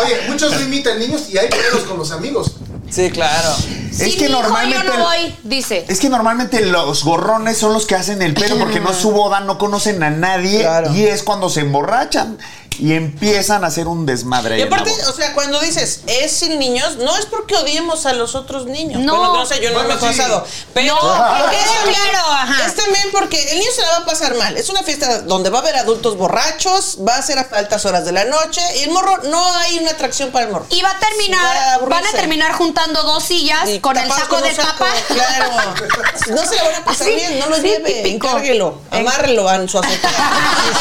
S6: Oye, muchos no imitan niños y hay pedos con los amigos.
S2: Sí, claro.
S3: es
S1: sin
S3: que
S1: mi hijo
S3: normalmente.
S1: yo
S3: el-
S1: no voy, dice.
S3: Es que normalmente los gorrones son los que hacen el pelo porque no es su boda, no conocen a nadie
S2: Claro.
S3: y es cuando se emborrachan y empiezan a hacer un desmadre. ahí
S2: Y
S3: en la
S2: aparte,
S3: boda.
S2: o sea, cuando dices es sin niños, no es porque odiemos a los otros niños.
S1: No.
S2: Bueno, no sé, yo no
S6: Bueno,
S2: me he
S6: sí.
S2: casado. Pero
S1: No, que
S2: es
S1: quede
S2: también-
S1: claro, ajá.
S2: Es también porque el niño se la va a pasar mal. Es una fiesta donde va a haber adultos borrachos, va a ser hasta altas horas de la noche y el morro, no hay una atracción para el morro.
S1: Y va a
S2: Va a
S1: terminar,
S2: aburrirse.
S1: van a terminar juntando dos sillas
S2: Y
S1: con el
S2: tapados
S1: saco
S2: con un
S1: de papá.
S2: Claro. No se la van a pasar
S1: Así,
S2: bien, no lo
S1: sí,
S2: lleve.
S1: típico.
S2: Encárguelo,
S1: Eh.
S2: amárrelo a su azotea.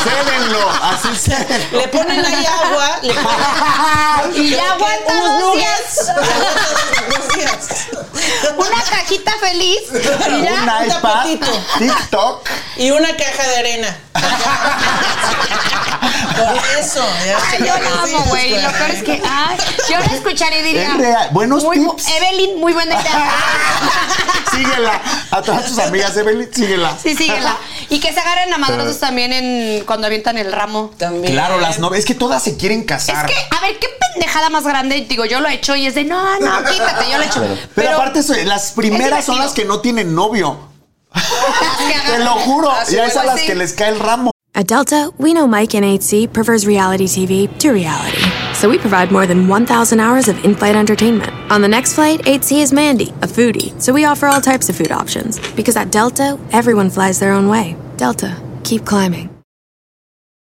S3: Cédenlo, así cédenlo.
S2: Le ponen ahí agua, le ponen.
S1: Y ya aguanta
S2: unos
S1: dos
S2: nuggets.
S1: días.
S2: Aguanta dos días.
S1: Una cajita feliz. y ya.
S3: Un
S2: un
S3: iPad,
S2: tapetito.
S3: TikTok.
S2: Y una caja de arena. Por eso. ya
S1: Ay,
S2: sé
S1: yo
S2: lo que
S1: la amo,
S2: dices,
S1: güey. Lo peor es que, ay, yo la escucharé y diría.
S3: Es real. Buenos
S1: muy bu-
S3: tips.
S1: Evelyn, muy buena idea.
S3: Síguela. A todas tus amigas, Evelyn, síguela.
S1: Sí, síguela. Y que se agarren a madrazos también en cuando avientan el ramo.
S2: También.
S3: Claro, las novias. Es que todas se quieren
S1: Es
S3: casar.
S1: que, a ver, qué pendejada más grande. Digo, yo lo he hecho y es de, no, no, quítate, yo lo he hecho.
S3: Pero, aparte, so- las primeras son
S1: divertido.
S3: las que no tienen novio. Te
S1: te
S3: lo juro.
S2: Ah, sí,
S3: y a esas
S2: bueno,
S3: las
S2: sí.
S3: que les cae el ramo.
S7: At Delta, we know Mike in 8C prefers reality TV to reality. So we provide more than 1,000 hours of in flight entertainment. On the next flight, 8C is Mandy, a foodie. So we offer all types of food options. Because at Delta, everyone flies their own way. Delta, keep climbing.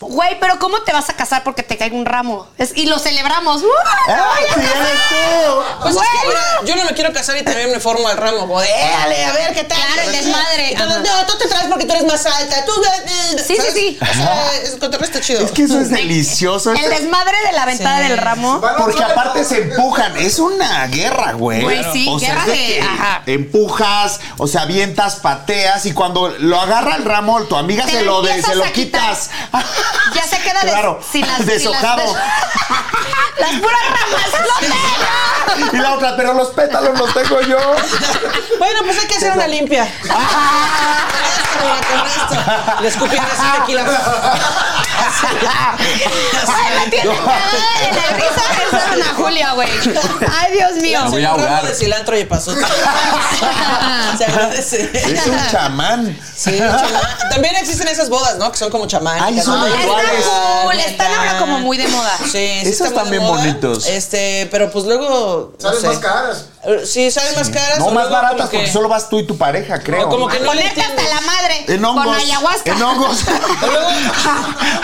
S1: Güey, pero ¿cómo te vas a casar porque te caiga un ramo? Es- y lo celebramos. ¡Uh!
S3: ¡Ay, Ah, sí, eres tú!
S2: Pues es que, mira, yo no me quiero casar y también me formo al ramo. Como de, "Eh, dale, a ver qué tal.
S1: Claro, el desmadre.
S2: Y todos,
S1: Ajá.
S2: no, tú te traes porque tú eres más alta. Tú, eh, eh",
S1: Sí, sí,
S2: ¿sabes?
S1: sí.
S2: O sea, es- contrarresta chido.
S3: Es que eso es delicioso. este
S1: El desmadre de la ventana
S2: Sí.
S1: del ramo.
S3: Porque aparte se empujan, es una guerra, güey.
S1: Güey, Pues sí, guerra
S3: es
S1: de-
S3: que
S1: ajá.
S3: te empujas, o sea, avientas, pateas y cuando lo agarra el ramo, tu amiga
S1: Te
S3: se
S1: lo
S3: lo, de-
S1: empiezas
S3: se lo
S1: a quitar.
S3: quitas.
S1: Ya se queda des-
S3: claro,
S1: sin las- sin las-
S3: deshojado.
S1: Las puras ramas. ¡Lo tengo!
S3: Y la otra, pero los pétalos los tengo yo.
S2: Bueno, pues hay que hacer una limpia. Con esto, con esto. Le escupí así tequila.
S1: Ay, me tiene cagada de la risa esa Ana Julia, güey. Ay, Dios mío.
S2: Lánzale
S4: voy a
S2: un ramo
S4: ahogar.
S2: de cilantro y pasó. Se agradece.
S3: Es un chamán.
S2: Sí, chamán. También existen esas bodas, ¿no? Que son como chamán.
S3: Ay, son rituales.
S1: Están cool, están ahora como muy de moda.
S2: Sí, sí está
S3: Esos
S2: muy
S3: están
S2: de
S3: bien
S2: moda.
S3: bonitos.
S2: Este, pero pues luego.
S6: Salen
S2: no
S6: más
S2: sé.
S6: caras.
S2: Eh, Sí, salen más caras.
S3: No
S2: o
S3: más
S2: luego como
S3: baratas
S2: que-
S3: porque solo vas tú y tu pareja, creo.
S2: O como que no le
S1: Ponerte hasta
S2: entiendes.
S1: la madre.
S3: En
S1: con
S3: hongos.
S1: ayahuasca.
S3: En hongos.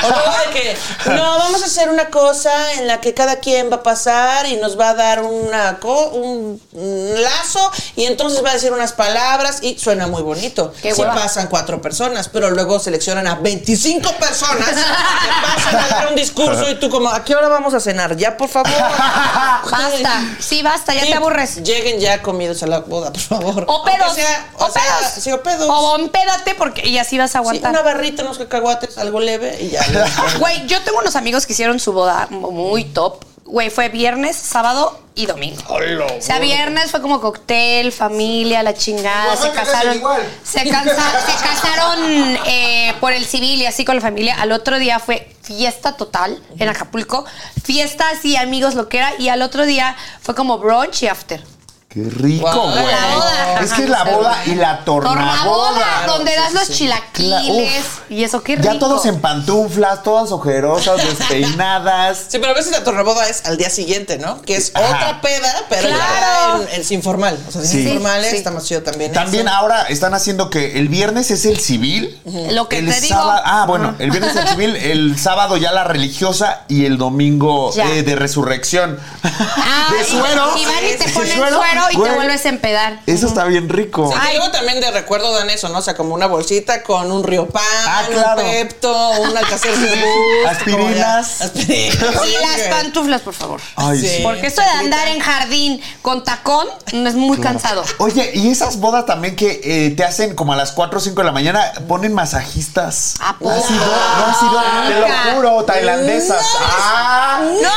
S2: O luego, o luego de que, no, vamos a hacer una cosa en la que cada quien va a pasar y nos va a dar una co- un, un lazo y entonces va a decir unas palabras y suena muy bonito.
S1: Qué
S2: sí
S1: hueva.
S2: pasan cuatro personas, pero luego seleccionan a 25 personas que pasan a dar un discurso y tú como, ¿a qué hora vamos a cenar? Ya, por favor.
S1: Basta. Sí, basta, ya
S2: Sí,
S1: te aburres.
S2: Lleguen ya comidos a la boda, por favor.
S1: O pedos.
S2: Aunque sea-
S1: o,
S2: o sea,
S1: pedos.
S2: sí, o pedos.
S1: O empédate porque y así vas a
S2: Sí, una
S1: aguantar.
S2: barrita, unos cacahuates, algo leve y ya.
S1: Güey, yo tengo unos amigos que hicieron su boda muy top. Güey, fue viernes, sábado y domingo. O sea, viernes fue como cóctel, familia, la chingada.
S6: En
S1: Se
S6: Oaxaca
S1: casaron.
S6: casi igual.
S1: Se, casa- se casaron eh, por el civil y así con la familia. Al otro día fue fiesta total en Acapulco. Fiesta así, amigos, lo que era. Y al otro día fue como brunch y after.
S3: Qué rico,
S2: Wow.
S3: güey.
S1: La boda.
S3: Es que es la
S1: Ajá,
S3: boda y la
S1: Tornaboda,
S3: tornaboda.
S1: donde das los chilaquiles.
S3: Cla- uf.
S1: Y eso, qué rico.
S3: Ya todos en pantuflas, todas ojerosas, despeinadas.
S2: Sí, pero a veces la tornaboda es al día siguiente, ¿no? Que es
S3: Ajá.
S2: otra peda, pero
S1: Claro.
S2: ya en, en sin formal. O sea, sin
S3: Sí.
S2: formal
S1: Sí.
S2: está más chido también.
S3: También
S2: eso.
S3: ahora están haciendo que el viernes es el civil.
S1: Lo que
S3: el
S1: te digo.
S3: sábado- ah, bueno, el viernes el civil, el sábado ya la religiosa y el domingo
S1: Ya.
S3: eh, de resurrección.
S1: Ah,
S3: de
S1: y-
S3: suero.
S1: Y van y te
S3: ¿De
S1: ponen suero, y
S3: Güey,
S1: te vuelves a empedar.
S3: Eso está bien rico.
S2: Sí, que luego también de recuerdo dan eso, ¿no? O sea, como una bolsita con un riopan,
S3: Ah, claro.
S2: un pepto, un alcacer
S3: Aspirinas.
S2: Aspirinas.
S1: Y
S2: sí,
S1: las
S2: güey.
S1: pantuflas, por favor.
S3: Ay,
S2: Sí.
S3: sí.
S1: Porque eso de andar en jardín con tacón no es muy cansado.
S3: Oye, y esas bodas también que eh, te hacen como a las 4 o 5 de la mañana, ponen masajistas.
S1: ¿A
S3: No
S1: poco? Ah,
S3: ha sido, no ha sido, te lo juro, tailandesas. Ah,
S1: No las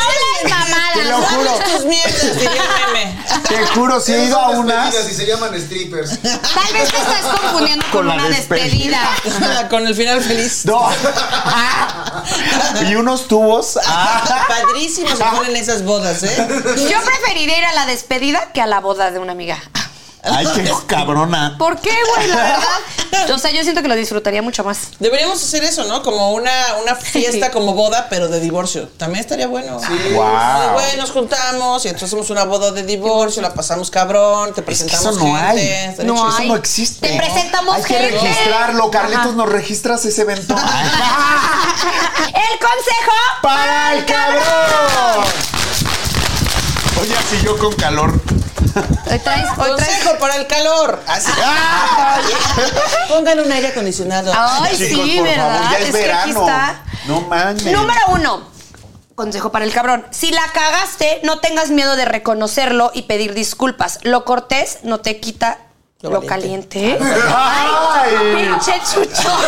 S1: mamadas.
S3: Te lo
S1: no
S3: juro.
S1: hables tus mierdas.
S2: Diría el meme.
S3: te juro, si he ido a unas.
S6: Y se llaman strippers.
S1: Tal vez te estás confundiendo con,
S3: Con la
S1: una despedida.
S2: Con el final feliz.
S3: No. Ah,
S1: Ah,
S3: y unos tubos. Ah.
S2: Padrísimo se ponen esas bodas, ¿eh?
S1: Yo preferiría ir a la despedida que a la boda de una amiga.
S3: Ay, qué cabrona.
S1: ¿Por qué, güey? La verdad. O sea, yo siento que lo disfrutaría mucho más.
S2: Deberíamos hacer eso, ¿no? Como una, una fiesta como boda, pero de divorcio. También estaría bueno. Ay,
S3: Wow.
S2: güey, nos juntamos y entonces hacemos una boda de divorcio, la pasamos cabrón, te presentamos
S3: eso no
S2: gente,
S3: hay.
S2: estaría
S1: No
S2: chido.
S3: Eso
S1: hay.
S3: no existe.
S1: Te presentamos
S3: Hay que
S1: gente.
S3: registrarlo. Carlitos,
S1: Ajá.
S3: ¿nos registras ese evento?
S1: El consejo
S3: ¡Para el cabrón! Oye, así yo con calor.
S1: Hoy traes, hoy traes.
S2: Consejo para el calor. Así.
S3: ¡Ay!
S2: Pongan un aire acondicionado.
S1: Ah. Ay,
S3: Chicos,
S1: sí,
S3: por
S1: ¿verdad?
S3: favor, ya es,
S1: que aquí
S3: verano.
S1: está.
S3: No mames.
S1: Número uno. Consejo para el cabrón. Si la cagaste, no tengas miedo de reconocerlo y pedir disculpas. Lo cortés no te quita
S2: Lo
S1: lo,
S2: valiente.
S1: caliente. ¿eh?
S3: ¡Ay!
S1: Pinche chucho.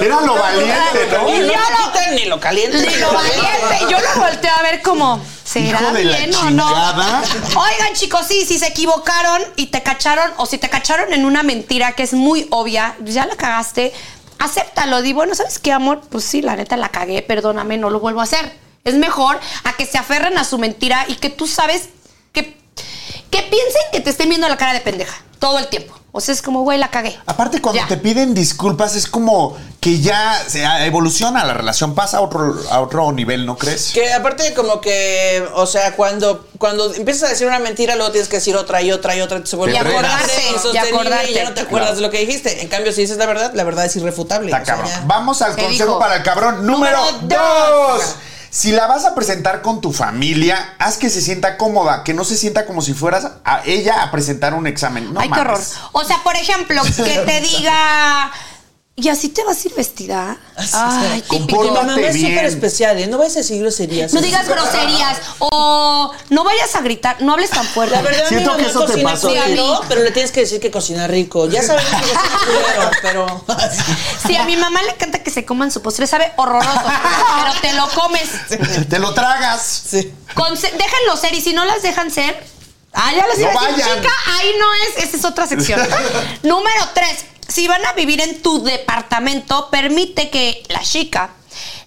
S3: Era lo valiente, ¿no?
S2: Ni lo
S1: Idiota.
S2: quitan ni lo calientan.
S1: Ni lo valiente. Yo lo volteo a ver como. ¿Será
S3: Hijo de la
S1: bien o no?
S3: chingada.
S1: Oigan, chicos, sí, si se equivocaron y te cacharon, o si te cacharon en una mentira que es muy obvia, pues ya la cagaste, acéptalo. Di, bueno, ¿sabes qué, amor? Pues sí, la neta la cagué, perdóname, no lo vuelvo a hacer. Es mejor a que se aferren a su mentira y que tú sabes que, que piensen que te estén viendo la cara de pendeja todo el tiempo. O sea, es como, güey, la cagué.
S3: Aparte, cuando
S1: Ya.
S3: te piden disculpas, es como que ya se evoluciona la relación, pasa a otro, a otro nivel, ¿no crees?
S2: Que aparte como que, o sea, cuando, cuando empiezas a decir una mentira, luego tienes que decir otra y otra y otra, se vuelve
S3: Y
S2: grande,
S1: acordarte, y
S2: insostenible
S1: acordarte.
S2: y ya no te acuerdas de lo que dijiste. En cambio, si dices la verdad, la verdad es irrefutable.
S3: Está
S2: o sea,
S3: cabrón.
S2: ya.
S3: Vamos al
S1: ¿Qué
S3: consejo
S1: dijo?
S3: para el cabrón número
S2: Número dos.
S3: dos. Si la vas a presentar con tu familia, haz que se sienta cómoda, que no se sienta como si fueras a ella a presentar un examen. No
S1: Ay, qué
S3: mames.
S1: horror. O sea, por ejemplo, que te diga. ¿Y así te vas a ir vestida?
S2: Así
S1: Ay,
S2: sea.
S1: típico.
S2: Y tu mamá es
S3: bien.
S2: súper especial, ¿eh? No vayas a decir groserías.
S1: No digas groserías o no vayas a gritar, no hables tan fuerte.
S2: La verdad,
S3: Siento
S2: mi
S3: que
S2: mamá
S3: eso te
S2: cocina
S3: pasó.
S2: culero, pero le tienes que decir que cocina rico. Ya sabemos que cocina culero, pero...
S1: Sí, a mi mamá le encanta que se coman su postre, sabe horroroso, pero te lo comes.
S3: Te lo tragas.
S2: Sí.
S1: Conse- déjenlo ser y si no las dejan ser, ah, ya les
S3: No
S1: iba a decir,
S3: vayan.
S1: chica, ahí no es, esa es otra sección. Número tres, si van a vivir en tu departamento, permite que la chica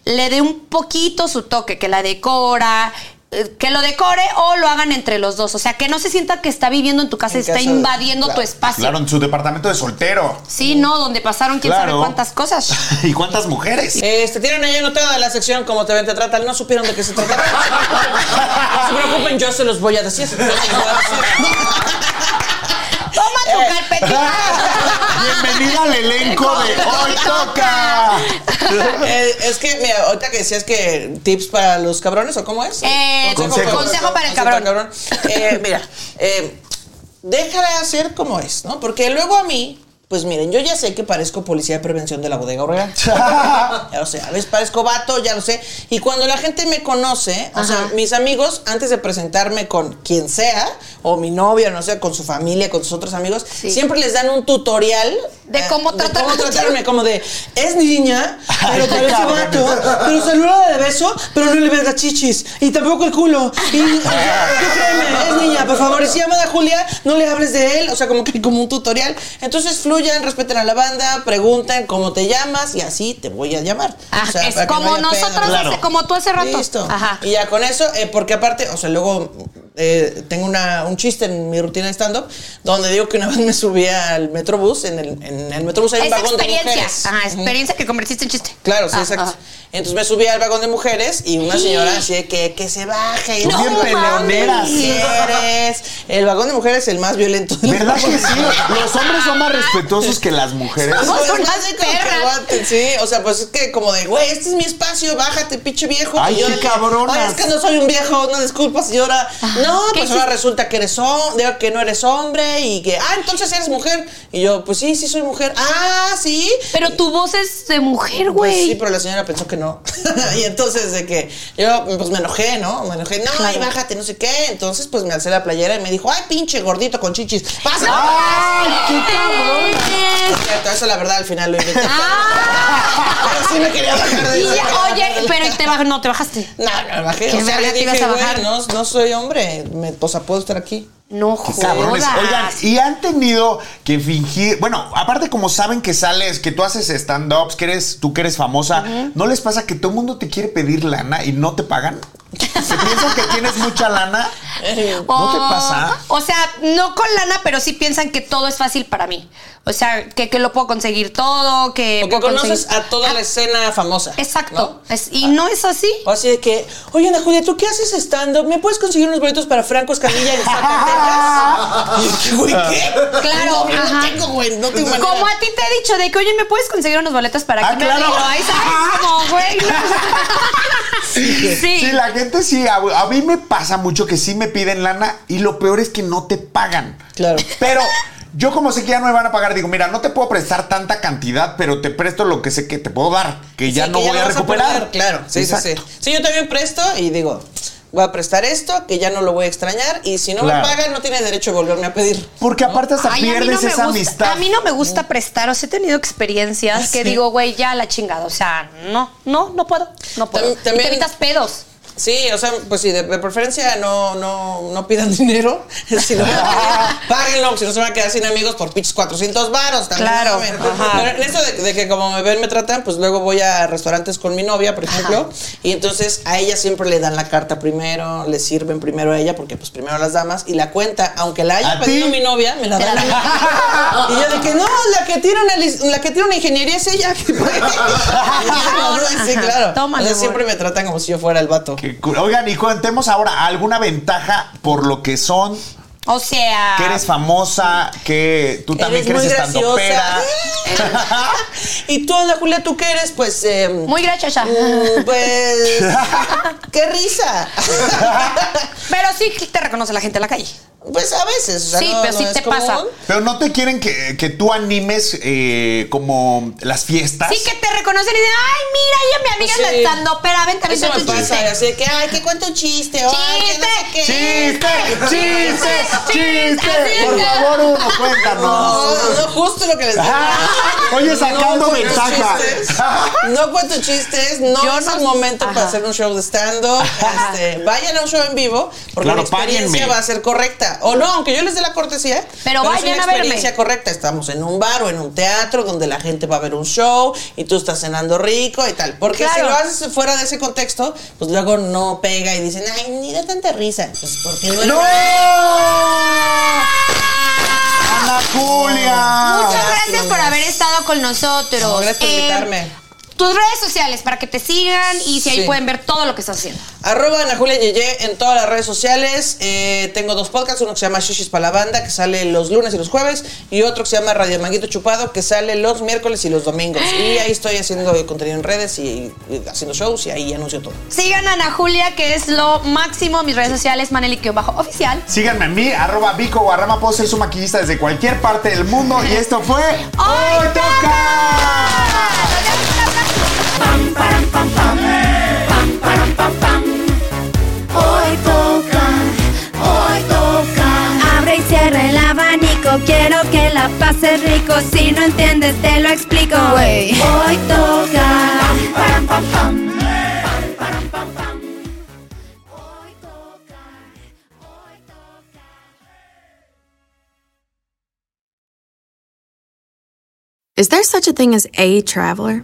S1: le dé un poquito su toque, que la decora. eh, Que lo decore o lo hagan entre los dos. O sea, que no se sienta que está viviendo en tu casa
S2: En
S1: y está
S2: casa de-
S1: invadiendo tu
S2: claro,
S1: espacio.
S3: Claro, en su departamento de soltero.
S1: Sí, no, donde pasaron quién
S3: Claro.
S1: sabe cuántas cosas.
S3: ¿Y cuántas mujeres?
S2: Este, tienen ahí anotada la sección como te ven, te tratan. No supieron de qué se trataba. no se preocupen, yo se los voy a decir.
S1: Toma
S3: Eh,
S1: tu carpetita.
S3: Bienvenida al elenco de Hoy Toca.
S2: Eh, es que, mira, ahorita que decías que tips para los cabrones, ¿o cómo es?
S1: Eh,
S3: consejo.
S1: consejo para el cabrón.
S2: Eh, mira, eh, déjala hacer como es, ¿no? Porque luego a mí, pues miren, yo ya sé que parezco policía de prevención de la bodega obrera. Ya lo sé, a veces parezco vato, ya lo sé. Y cuando la gente me conoce, o sea, mis amigos, antes de presentarme con quien sea, o mi novia, no sé, con su familia, con sus otros amigos,
S1: Sí.
S2: siempre les dan un tutorial eh,
S1: De cómo tratar-
S2: cómo tratarme. Como de, es niña, pero
S3: Ay, qué
S2: parece
S3: cabrón.
S2: vato, pero saluda de beso, pero no le ves las chichis, y tampoco el culo. Y, y- y- créeme, es niña, por favor, si llama a Julia, no le hables de él, o sea, como que como un tutorial. Entonces fluyan, respeten a la banda, pregunten cómo te llamas y así te voy a llamar.
S1: Ah,
S2: O sea,
S1: es
S2: para que no
S1: como
S2: haya pedo.
S1: nosotros,
S3: Claro.
S1: hace- como tú hace rato.
S2: Listo.
S1: Ajá.
S2: Y ya con eso, eh, porque aparte, o sea, luego eh, tengo una, un chiste en mi rutina de stand-up donde digo que una vez me subí al metrobús, en el, en el metrobús hay un
S1: Es
S2: vagón de
S1: experiencia.
S2: mujeres.
S1: Ajá,
S2: Ujú.
S1: experiencia que convertiste en chiste.
S2: Claro, sí,
S1: Ah,
S2: exacto.
S1: ajá.
S2: Entonces me subí al vagón de mujeres y una señora así de que, que se baje. y
S3: Tú bien peleonera,
S2: mames,
S3: sí.
S2: eres. El vagón de mujeres es el más violento. del
S3: ¿Verdad
S2: mundo.
S3: que sí? Los hombres son más respetuosos que las mujeres.
S2: Pues,
S1: Somos
S2: pues,
S1: unas
S2: más de como que
S1: perras.
S2: aguanten, sí, o sea, pues es que como de, güey, este es mi espacio, bájate, pinche viejo.
S3: Ay,
S2: Y yo
S3: qué
S2: de que,
S3: cabronas.
S2: Ay, es que no soy un viejo, no disculpas, señora. no,
S1: Ah, ¿qué
S2: pues ahora
S1: hiciste?
S2: resulta que eres hombre, que no eres hombre y que, ah, entonces eres mujer. Y yo, pues sí, sí soy mujer. Ah, sí.
S1: Pero tu voz es de mujer,
S2: Pues sí,
S1: güey.
S2: pero la señora pensó que no. y entonces de que yo pues me enojé, ¿no? Me enojé, no,
S1: Claro.
S2: y bájate, no sé qué. Entonces pues me alcé la playera y me dijo, ay, pinche gordito con chichis. ¡Pasa!
S3: ¡Ay, qué cabrón!
S2: Es cierto, eso la verdad al final lo inventé.
S1: Ah.
S2: Pero sí me quería bajar de
S1: Y
S2: esa
S1: ya,
S2: cara.
S1: oye, pero y te baj- no, te bajaste.
S2: No, no me bajé.
S1: Qué
S2: o sea,
S1: verga
S2: le
S1: te
S2: dije,
S1: ibas a
S2: "Güey,
S1: bajar".
S2: no, no soy hombre. Me, o sea, puedo estar aquí.
S1: No
S3: Cabrones.
S1: jodas.
S3: Oigan, y han tenido que fingir. Bueno, aparte, como saben que sales, que tú haces stand-ups, que eres, tú que eres famosa, ¿no les pasa que todo el mundo te quiere pedir lana y no te pagan? ¿Se piensan que tienes mucha lana? ¿No te
S1: O-
S3: pasa?
S1: Oh, O sea, no con lana, pero sí piensan que todo es fácil para mí. O sea, que, que lo puedo conseguir todo, que
S2: Porque
S1: puedo
S2: conoces
S1: conseguir-
S2: a toda
S1: Ah,
S2: la escena famosa.
S1: Exacto.
S2: ¿no? Ah.
S1: Es- y no es así.
S2: O Así de que, oye, Ana Julia, ¿tú qué haces estando? ¿Me puedes conseguir unos boletos para Franco Escamilla en Zacatecas? Y yo, ¿qué, güey, ¿qué?
S1: Claro,
S2: No,
S1: ajá.
S2: no tengo, güey, no tengo manera.
S1: Como a ti te he dicho de que, oye, ¿me puedes conseguir unos boletos para
S3: Ah,
S1: que
S3: claro.
S1: me ahí sabes cómo, güey. sí.
S3: Sí, la gente sí. A, a mí me pasa mucho que sí me piden lana y lo peor es que no te pagan.
S2: Claro.
S3: Pero yo como sé que ya no me van a pagar, digo, mira, no te puedo prestar tanta cantidad, pero te presto lo que sé que te puedo dar, que ya
S2: Sí,
S3: no
S2: que
S3: voy a
S2: lo vas
S3: recuperar.
S2: perder, claro, sí, sí, sí.
S3: Exacto.
S2: Sí, yo también presto y digo, voy a prestar esto, que ya no lo voy a extrañar, y si no
S3: Claro.
S2: me pagan, no tienes derecho a volverme a pedir.
S3: Porque aparte hasta
S1: Ay, a mí no
S3: pierdes
S1: me
S3: esa
S1: gusta-
S3: amistad. Ah,
S1: A mí no me gusta prestar, o sea, he tenido experiencias que digo, güey, ya la chingada, o sea, no, no, no puedo, no puedo.
S2: Tam-
S1: Y
S2: también-
S1: te evitas pedos.
S2: Sí, o sea, pues sí, de, de preferencia no, no, no pidan dinero, sino páguenlo, si no se van a quedar sin amigos por pitch 400 varos. también,
S1: Claro,
S2: no mamen.
S1: ajá.
S2: Pero en eso de, de que como me ven, me tratan, pues luego voy a restaurantes con mi novia, por ejemplo, y entonces a ella siempre le dan la carta primero, le sirven primero a ella, porque pues primero las damas, y la cuenta, aunque la haya
S3: ¿A
S2: pedido
S3: ti?
S2: mi novia, me la
S1: Te
S2: dan
S1: la
S2: a mí. Y yo de que no, la que tiene una, lic- la que tiene una ingeniería es ella. que pague".
S1: Ahora,
S2: sí,
S1: ajá.
S2: claro.
S1: Tómale,
S2: O sea,
S1: amor.
S2: siempre me tratan como si yo fuera el vato.
S3: Qué cool. Oigan, y contemos ahora alguna ventaja por lo que son,
S1: O sea.
S3: que eres famosa, que tú también
S2: Eres
S3: crees
S2: muy
S3: estando pera.
S2: graciosa. y tú, Ana Julia, ¿tú qué eres? Pues, eh,
S1: Muy grachosa.
S2: mm, pues, qué risa.
S1: Pero sí te reconoce la gente en la calle.
S2: pues a veces, o sea,
S1: Sí,
S2: no-
S1: pero
S2: no
S1: sí
S2: es
S1: te pasa.
S2: común.
S3: Pero no te quieren que, que tú animes eh, como las fiestas.
S1: Sí que te reconocen y dicen, ay, mira, ella mi amiga
S2: Pues Sí.
S1: es estando pera, vente a
S2: Eso
S1: tu
S2: me pasa,
S1: chiste.
S2: así de que, ay, que cuento un chiste, o ay, que no sé qué.
S3: ¡Chiste! ¡Chiste!
S1: Así
S3: ¡Chiste! Por
S1: es.
S3: favor, uno, cuéntanos.
S2: No, no, justo lo que les digo.
S3: Ah, oye, sacando
S1: pues,
S2: cuento
S3: ventaja.
S2: chistes, No cuento chistes, no
S1: Yo
S2: es
S1: no-
S2: el momento para
S1: Ajá.
S2: hacer un show de stand-up. Este, vayan a un show en vivo, porque
S3: Claro,
S2: la experiencia
S3: páguenme.
S2: va a ser correcta. O no, aunque yo les dé la cortesía.
S1: Pero
S2: es
S1: vayan
S2: una
S1: a verme.
S2: experiencia correcta. Estamos en un bar o en un teatro donde la gente va a ver un show y tú estás cenando rico y tal. Porque si
S1: Claro.
S2: lo haces fuera de ese contexto, pues luego no pega y dicen, ay, ni da tanta risa. Pues porque no,
S3: ¡No! ¡Ana Julia!
S1: Ah,
S2: Ah,
S1: Muchas gracias por haber estado con nosotros.
S2: No, gracias por
S1: Eh,
S2: invitarme.
S1: tus redes sociales para que te sigan y si ahí
S2: Sí.
S1: pueden ver todo lo que estás haciendo.
S2: Arroba Ana Julia Yeye en todas las redes sociales. Eh, tengo dos podcasts, uno que se llama Shishis para la banda, que sale los lunes y los jueves, y otro que se llama Radio Manguito Chupado, que sale los miércoles y los domingos. Y ahí estoy haciendo contenido en redes y, y haciendo shows y ahí anuncio todo.
S1: Sigan a Ana Julia, que es lo máximo. Mis redes sociales, Maneli-oficial.
S3: Síganme a mí, arroba Vico Guarrama, puedo ser su maquillista desde cualquier parte del mundo. Y esto fue
S1: ¡Hoy
S3: ¡Hoy Toca!
S5: Hoy toca, hoy toca. Abre y cierra el abanico, quiero que la pases rico. Si no entiendes, te lo explico. Hoy toca. Hoy toca, hoy toca.
S7: Is there such a thing as a traveler?